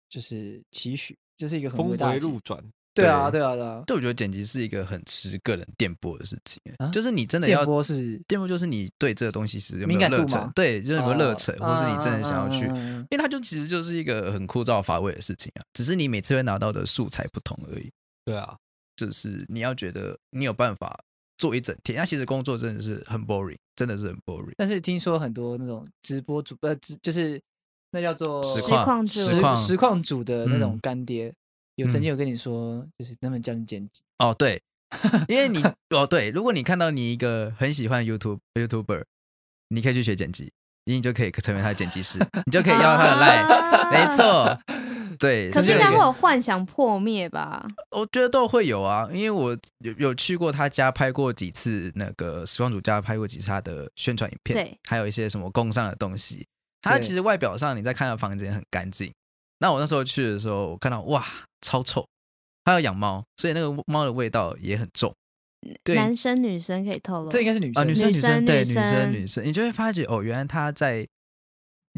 就是期许，这是一个很峰伟大回的期路转，对啊，对啊，对啊，对，我觉得剪辑是一个很吃个人电波的事情，啊就是你真的要电波是电波，就是你对这个东西是有没敏有感热度忱嘛，对，就是有没有热哦忱，啊或是你真的想要去，嗯嗯嗯嗯嗯因为它就其实就是一个很枯燥乏味的事情啊，只是你每次会拿到的素材不同而已。对啊，就是你要觉得你有办法做一整天，那其实工作真的是很 boring，真的是很 boring。但是听说很多那种直播主呃，直就是那叫做实况况主实实况实况组的那种嗯干爹，有曾经有跟你说，就是他们教你剪辑，哦，对，因为你哦对，如果你看到你一个很喜欢 YouTube YouTuber，你可以去学剪辑，你就可以成为他的剪辑师，你就可以要 他的 line，啊没。 错，对。可就是应有该一会个有幻想破灭吧？我觉得都会有啊，因为我有有去过他家拍过几次，那个时光主家拍过几次他的宣传影片，对，还有一些什么工商的东西。他对其实外表上你在看他房间很干净，那我那时候去的时候，我看到哇，超臭。他要养猫，所以那个猫的味道也很重。对嗯男生女生可以透露这应该是女啊，生，女生女生生对女女生生女生，你就会发觉哦，原来他在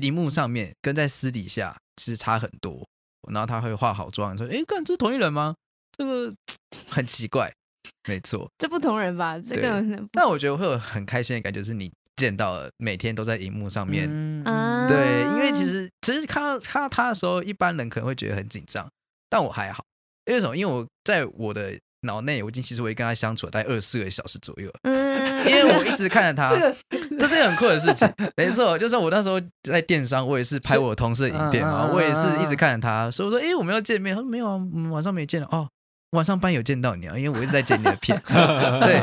荧幕上面跟在私底下其实差很多。然后他会化好妆，说：“哎，干，这是同一人吗？这个 很奇怪。”没错，这不同人吧？这个但我觉得会有很开心的感觉，是你见到了每天都在荧幕上面。嗯啊，对，因为其实其实看到看到他的时候，一般人可能会觉得很紧张，但我还好，因为什么？因为我在我的脑内，我已经其实我也跟他相处了大概二十四个小时左右了。嗯，因为我一直看着 他，啊这个这是一个很酷的事情，没错，就是我那时候在电商，我也是拍我同事的影片嘛，嗯嗯嗯我也是一直看着他，所以我说，哎、我们要见面，他说没有啊，嗯晚上没见了，哦，晚上班有见到你啊，因为我一直在剪你的 片，对，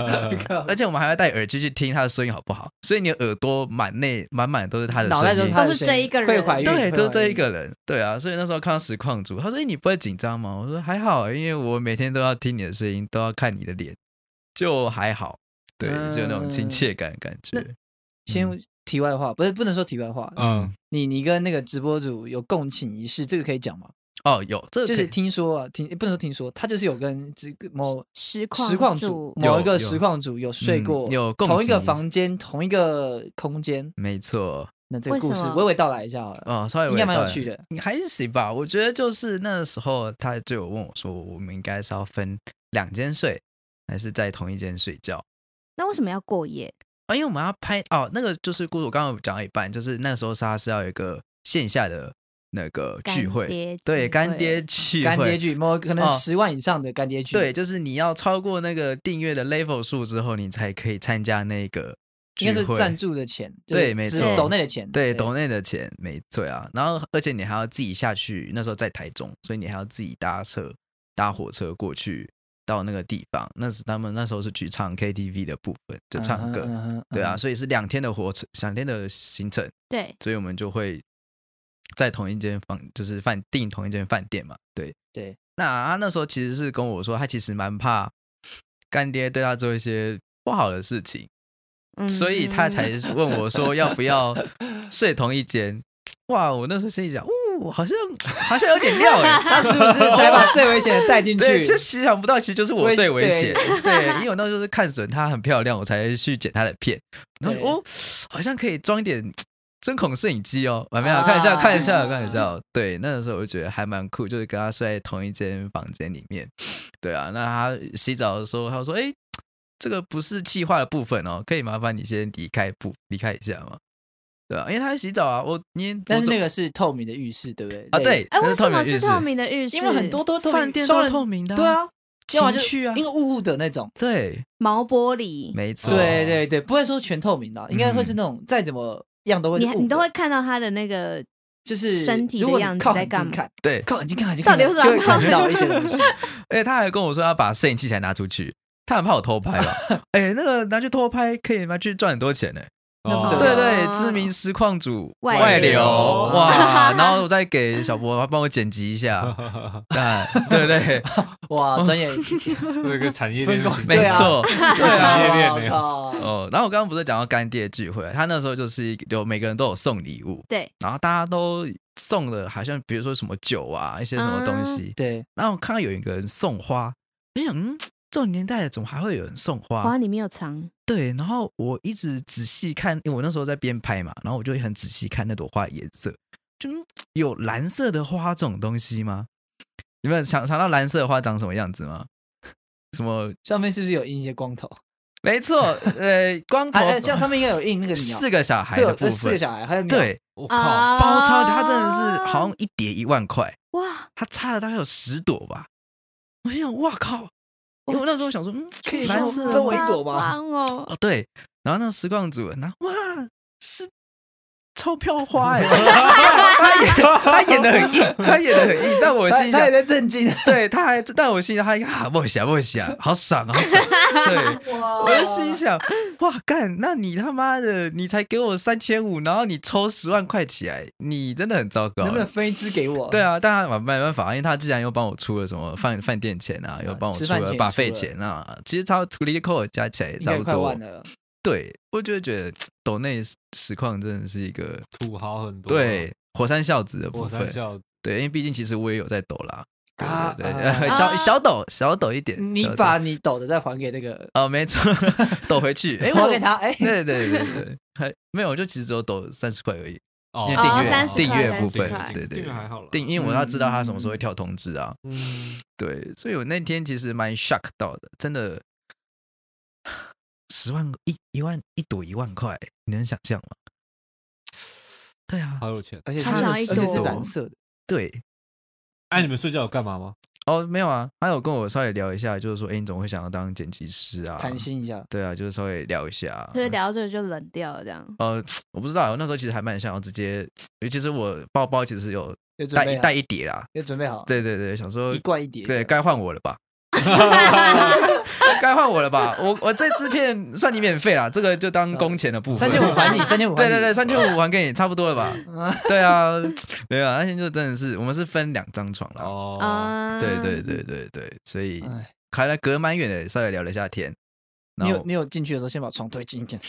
而且我们还要戴耳机去听他的声音好不好？所以你的耳朵满内满满都是他的脑袋声都音。他的都是声这音一个会人怀孕，会对，都是怀这一孕，个人，对啊，所以那时候看到实况组，他说：“哎、你不会紧张吗？”我说：“还好，欸因为我每天都要听你的声音，都要看你的脸，就还好。”对，就有那种亲嗯切感的感觉。嗯先题外话，不是不能说题外话，嗯，你你跟那个直播主有共情一事，这个可以讲吗？哦，有，这个就可是以听说啊，听不能说听说，他就是有跟这个某实实况组主某一有个有实况组有睡嗯过，有共同一个情房间同一个空间，没错那这个为什故事么娓娓道来一下好了，哦，稍微应该蛮有微带趣的，你还行吧？我觉得就是那时候他就有问我说，我们应该是要分两间睡，还是在同一间睡觉？那为什么要过夜？哦，因为我们要拍哦，那个就是故事，我刚刚有讲到一半，就是那时候是他是要有一个线下的那个聚干会，爹对，聚干会爹聚干爹会。剧，某可能哦十万以上的干爹剧，对，，就是你要超过那个订阅的 level 数之后，你才可以参加那个聚应该是会。赞助的钱，就是对没只错抖内的钱，对，抖内的钱没对啊，然后而且你还要自己下去，那时候在台中，所以你还要自己搭车搭火车过去到那个地方。那是他们那时候是去唱 KTV 的部分，就唱歌，嗯哼，嗯哼对啊，，嗯所以是两天的火车，两天的行程，对，所以我们就会在同一间房，就是饭订同一间饭店嘛，对对。那他那时候其实是跟我说，他其实蛮怕干爹对他做一些不好的事情。嗯所以他才问我说要不要睡同一间。哇，我那时候心里想，哦，好像好像有点料 哎、他是不是才把最危险的带进去？ 对，这其实想不到，其实就是我危最危险。对对，因为我那时候是看准她很漂亮，我才去剪她的片。然后对哦，好像可以装一点针孔摄影机哦，啊没有，看一下，看一下，看一下哦。对，那个时候我就觉得还蛮酷，就是跟他睡在同一间房间里面。对啊，那他洗澡的时候，他说：“哎，这个不是气化的部分哦，可以麻烦你先离开不离开一下吗？”对啊，因为他在洗澡啊，我你但是那个个是透明的浴室，对不对？啊，对，哎，那为是什透明么浴是室，透明的浴室？因为很多都透明饭店双都人是透明的，对，啊，要么就情趣啊因，为雾雾的那种。对，毛玻璃，没错，对对对，不会说全透明的，应该会是嗯那种再怎么样都会是你雾的，你都会看到他的那个就是身体的如果你样子靠在很近干嘛看对，靠很近看很近到看，底有什么就会好看到一些 东西。而且他还跟我说要把摄影器材拿出去，他很怕我偷拍吧？哎，那个拿去偷拍可以拿去赚很多钱呢。哦那不对得对，哦知名实况组外流流哇，然后我再给小博帮我剪辑一 下，啊对不对？哦哇，专业 这个产业链是形成的，没对啊错， 有产业链呢。哇靠哦，然后我刚刚不是讲到干爹聚会，他那时候就是一个就每个人都有送礼物，对，然后大家都送了，好像比如说什么酒啊，一些什么东西，对，然后我看到有一个人送花，我想，嗯，这种年代怎么还会有人送花？哇，里面有藏，对，然后我一直仔细看，因为我那时候在边拍嘛，然后我就很仔细看那朵花的颜色，就嗯有蓝色的花这种东西吗？你们想想到蓝色的花长什么样子吗？什么？上面是不是有印一 些光头？哦没错，呃，光头、啊，哎像上面应该有印那个鸟，四个小孩会有的呃部分，四个小孩，还有鸟，啊对，我靠，啊，包抄他真的是好像一叠一万块，哇，他插了大概有十朵吧。我想，哇靠！因为我那时候想说，嗯，可以蓝说色分的为一朵吧吧？哦， 哦，对，然后那实况组拿哇是钞票花 哎、他演他演的很硬，他演的很硬，但我他心里他想也，在震 惊。对，他还但我心里想他应该啊梦想梦想，好爽啊好 爽，对。哇我就心里想，哇干，那你他妈的，你才给我三千五，然后你抽十万块起来，你真的很糟糕。欸能不能分一支给我？对，啊，但他没办法，因为他既然又帮我出了什么饭饭店钱啊，又帮我吃出饭了钱把出费了钱啊，其实他图里扣加起来也应差该不快多万啊了。对，我就会觉得抖内实况真的是一个土豪很啊多，啊对，火山孝子的部我在分，笑，对，因为毕竟其实我也有在抖啦，对啊对对，啊 小小抖小抖一点，你小抖把你抖的再还给那个，哦没错 抖回去，哎还给，他， 哎，对对对对对，还没有，我就其实只有抖三十块而已，哦因为哦订阅30订块阅部30分块，对对订阅还对。好了，订，因为我要知道他什么时候会跳通知啊，嗯，对，所以我那天其实蛮 shock 到的，真的，十万一一万一朵一万块，你能想象吗？对啊，好有钱。而且差是了而一且朵是蓝色的，对，哎，你们睡觉有干嘛吗？哦，没有啊，他有跟我稍微聊一下，就是说，哎，你怎么会想要当剪辑师啊？谈心一下。对啊，就是稍微聊一下。所以聊到这个就冷掉了，这样。呃，我不知道，我那时候其实还蛮想要直接，尤其是我包包其实有有准带备一好带一叠啦，有准备好，对对对，想说一罐一碟这对样，该换我了 吧，该换我了吧，我我这支片算你免费啦，这个就当工钱的部分。三千五 还你，三千五还对你，哦对对，三千五还给你，差不多了 吧？对啊，对啊，那天就真的是我们是分两张床啦。哦，啊，对对嗯对对对，所以哎，还来隔蛮远的，稍微聊了一下天。然你后有你有进去的时候，先把床推近一点，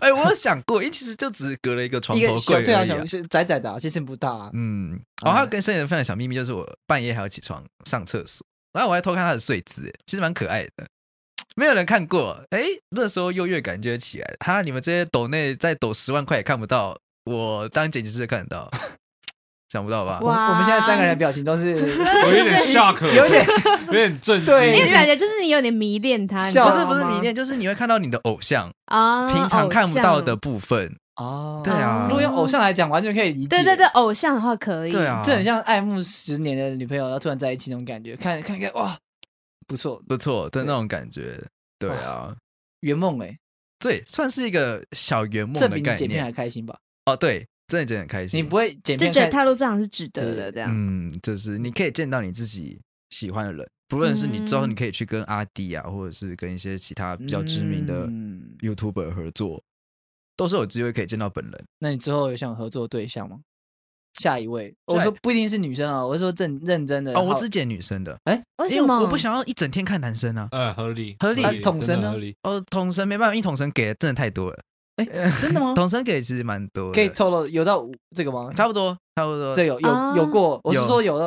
哎、我有想过，因为其实就只隔了一个床一头个小柜对而啊，已、小是窄窄的啊，其实不大啊。嗯，哦，还有跟深圳分享小秘密，就是我半夜还要起床上厕所，然后我还偷看他的睡姿，哎其实蛮可爱的。没有人看过，哎，那时候优越感就会起来了。哈，你们这些抖内再抖十万块也看不到，我当剪辑师就看得到，想不到吧？我哇我们现在三个人的表情都呃是我有点 shock，有点有点震惊，对因为感觉就是你有点迷恋他，你知笑不啊是道不是吗迷恋，就是你会看到你的偶像 啊，平常看不到偶的像。部分。哦对啊如果用偶像来讲，完全可以理解。对对对，，偶像的话可以。对啊，这很像爱慕十年的女朋友，然后突然在一起那种感觉，看看看，哇，不错，不错的那种感觉。对啊，圆梦哎，对，算是一个小圆梦这比的你概剪片念还开心吧？哦。对，真的真的很开心。你不会剪就片觉得看踏入这行是值得的，对这样。嗯，就是你可以见到你自己喜欢的人，不论是你之后嗯你可以去跟阿弟啊，或者是跟一些其他比较知名的嗯 YouTuber 合作，都是有机会可以见到本人。那你之后有想合作对象吗？下一位，下一我说不一定是女生啊，我是说正认真的哦，我好只剪女生的，为因什么？我不想要一整天看男生啊。哎，合理合理啊统神真的呢合理，哦，统神没办法，因为统神给的真的太多了。真哦的吗？统神给的其实蛮多的，可以透露有到五这个吗？差不多，差不多。这有有啊有过，我是有说有到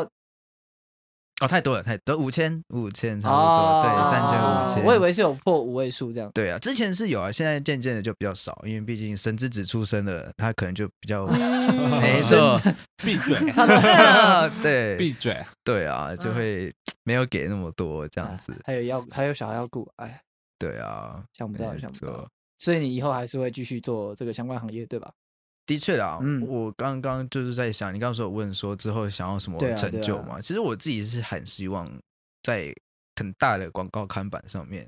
哦，太多了，太多五千五千差不多，哦对，三千五千。我以为是有破五位数这样。对啊，之前是有啊，现在渐渐的就比较少，因为毕竟神之子出生了，他可能就比较 嗯没错，闭嘴，对闭嘴，对啊，就会没有给那么多这样子，还有要还有小孩要顾，哎，对啊，想不到没想不到错。所以你以后还是会继续做这个相关行业，对吧？的确啦，嗯我刚刚就是在想，你刚刚说有问说之后想要什么对啊成对啊就嘛？其实我自己是很希望在很大的广告看板上面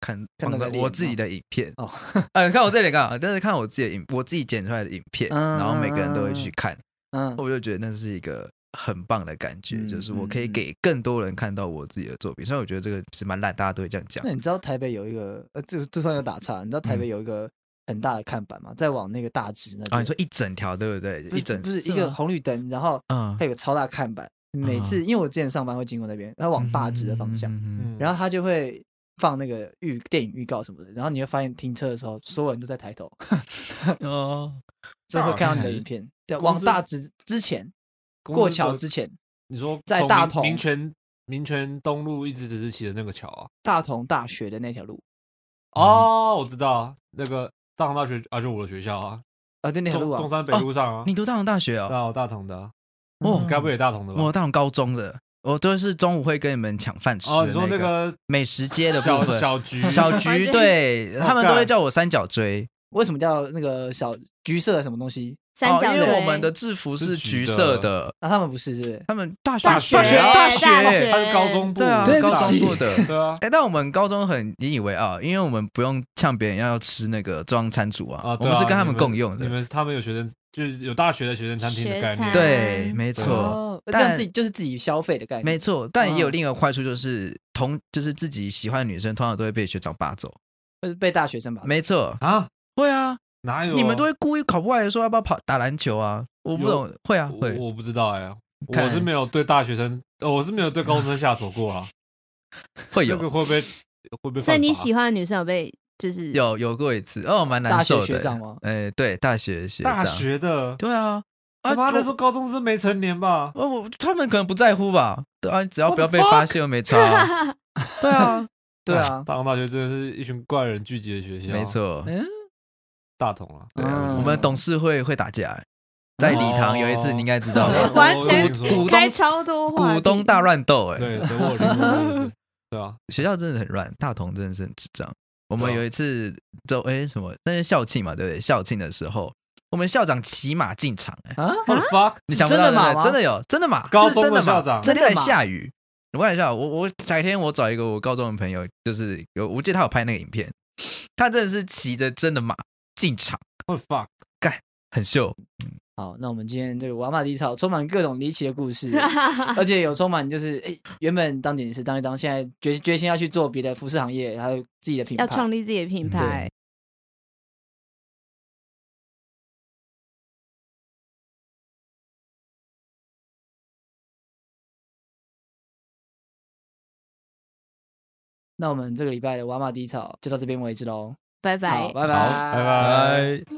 看看广到告你的脸我自己的影片哦， 呃，看我这里干嘛？但是看我自己的影，我自己剪出来的影片，嗯然后每个人都会去看，嗯，我就觉得那是一个很棒的感觉，嗯就是我可以嗯嗯给更多人看到我自己的作品。虽然我觉得这个是蛮烂，大家都会这样讲那。你知道台北有一个呃，这这算有打岔，你知道台北有一个很大的看板吗？再往那个大直那边嗯啊，你说一整条对不对？不一是整不是是一个吗红绿灯，然后嗯它有个超大看板，每次因为我之前上班会经过那边，然后往大直的方向，嗯嗯嗯嗯嗯然后它就会放那个预电影预告什么的，然后你会发现停车的时候所有人都在抬头， 哦，所以会看到你的直影片。对，公往司大直之前过桥之前，你说在从大民同民权民权东路一直只是骑的那个桥啊？大同大学的那条路嗯哦，我知道啊，那个大同大学啊，就我的学校啊，啊，对那条中路啊中，山北路上啊，你读大同大学对哦？啊，我大同的啊，哦该不嗯会也大同的吧？我大同高中的，我都是中午会跟你们抢饭吃的、哦，你说那个美食街的部小分，小菊， 小反菊，正对哦他们都会干叫我三角锥，为什么叫那个小橘色的什么东西？三角哦，因为锥我们的制服是是橘橘的色的，那他们不是是不是？他们大学大大学啊大大学他是高中部，对啊，对不高中起部的。对啊，哎，但我们高中很引以为傲，因为我们不用像别人要吃那个中央餐厨啊，啊，我对啊们是跟他你们共用你的。们他们有学生，就是有大学的学生餐厅的学概念，餐对，没对错，哦，这但样自己就是自己消费的概念，没错。但也有嗯另一个坏处，就是同就是自己喜欢的女生，通常都会被学长霸走。就是被大学生吧？没错，啊，哦会啊，哪有？你们都会故意考不来说要不要跑打篮球啊？我不懂，会啊，我会。我不知道哎，看我是没有对大学生，呃我是没有对高中生下手过啊，会这 有个会不会会不会？所以你喜欢的女生有被就是有有过一次，哦，蛮难大学受的。学长吗哎，对，大学学长。大学的？对啊，他啊，妈我那时候高中生没成年吧？哦，我他们可能不在乎吧？对啊，只要 What 不要被 the 发现，又没差 啊。对啊， 对啊，大同大学真的是一群怪人聚集的学校，啊没，错。嗯，大同啊，对啊，嗯我们董事会会打架，在礼堂有一次，你应该知道哦吧？ 完全股股开东超多话题股东大乱斗，哎，对，等我离婚就是，对啊，学校真的很乱，大同真的是很智障。我对们啊有一次周哎、什么，那是校庆嘛，对不对？校庆的时候，我们校长骑马进场、哎，啊，我的 fuck，你想不到真的马对不对吗真的有真的马，高是中的真的马校长那天真的马还下雨。我看一下，我我改天我找一个我高中的朋友，就是有我记得他有拍那个影片，他真的是骑着真的马进场，我的 fuck，很秀。好，那我们今天这个瓦马迪草充满各种离奇的故事，而且有充满就是诶，原本当剪辑师当一当，现在决决心要去做别的服饰行业，还有自己的品牌， 要创立自己的嗯品牌，那我们这个礼拜的瓦马迪草就到这边为止喽。拜拜好，。拜好，拜拜。拜。拜。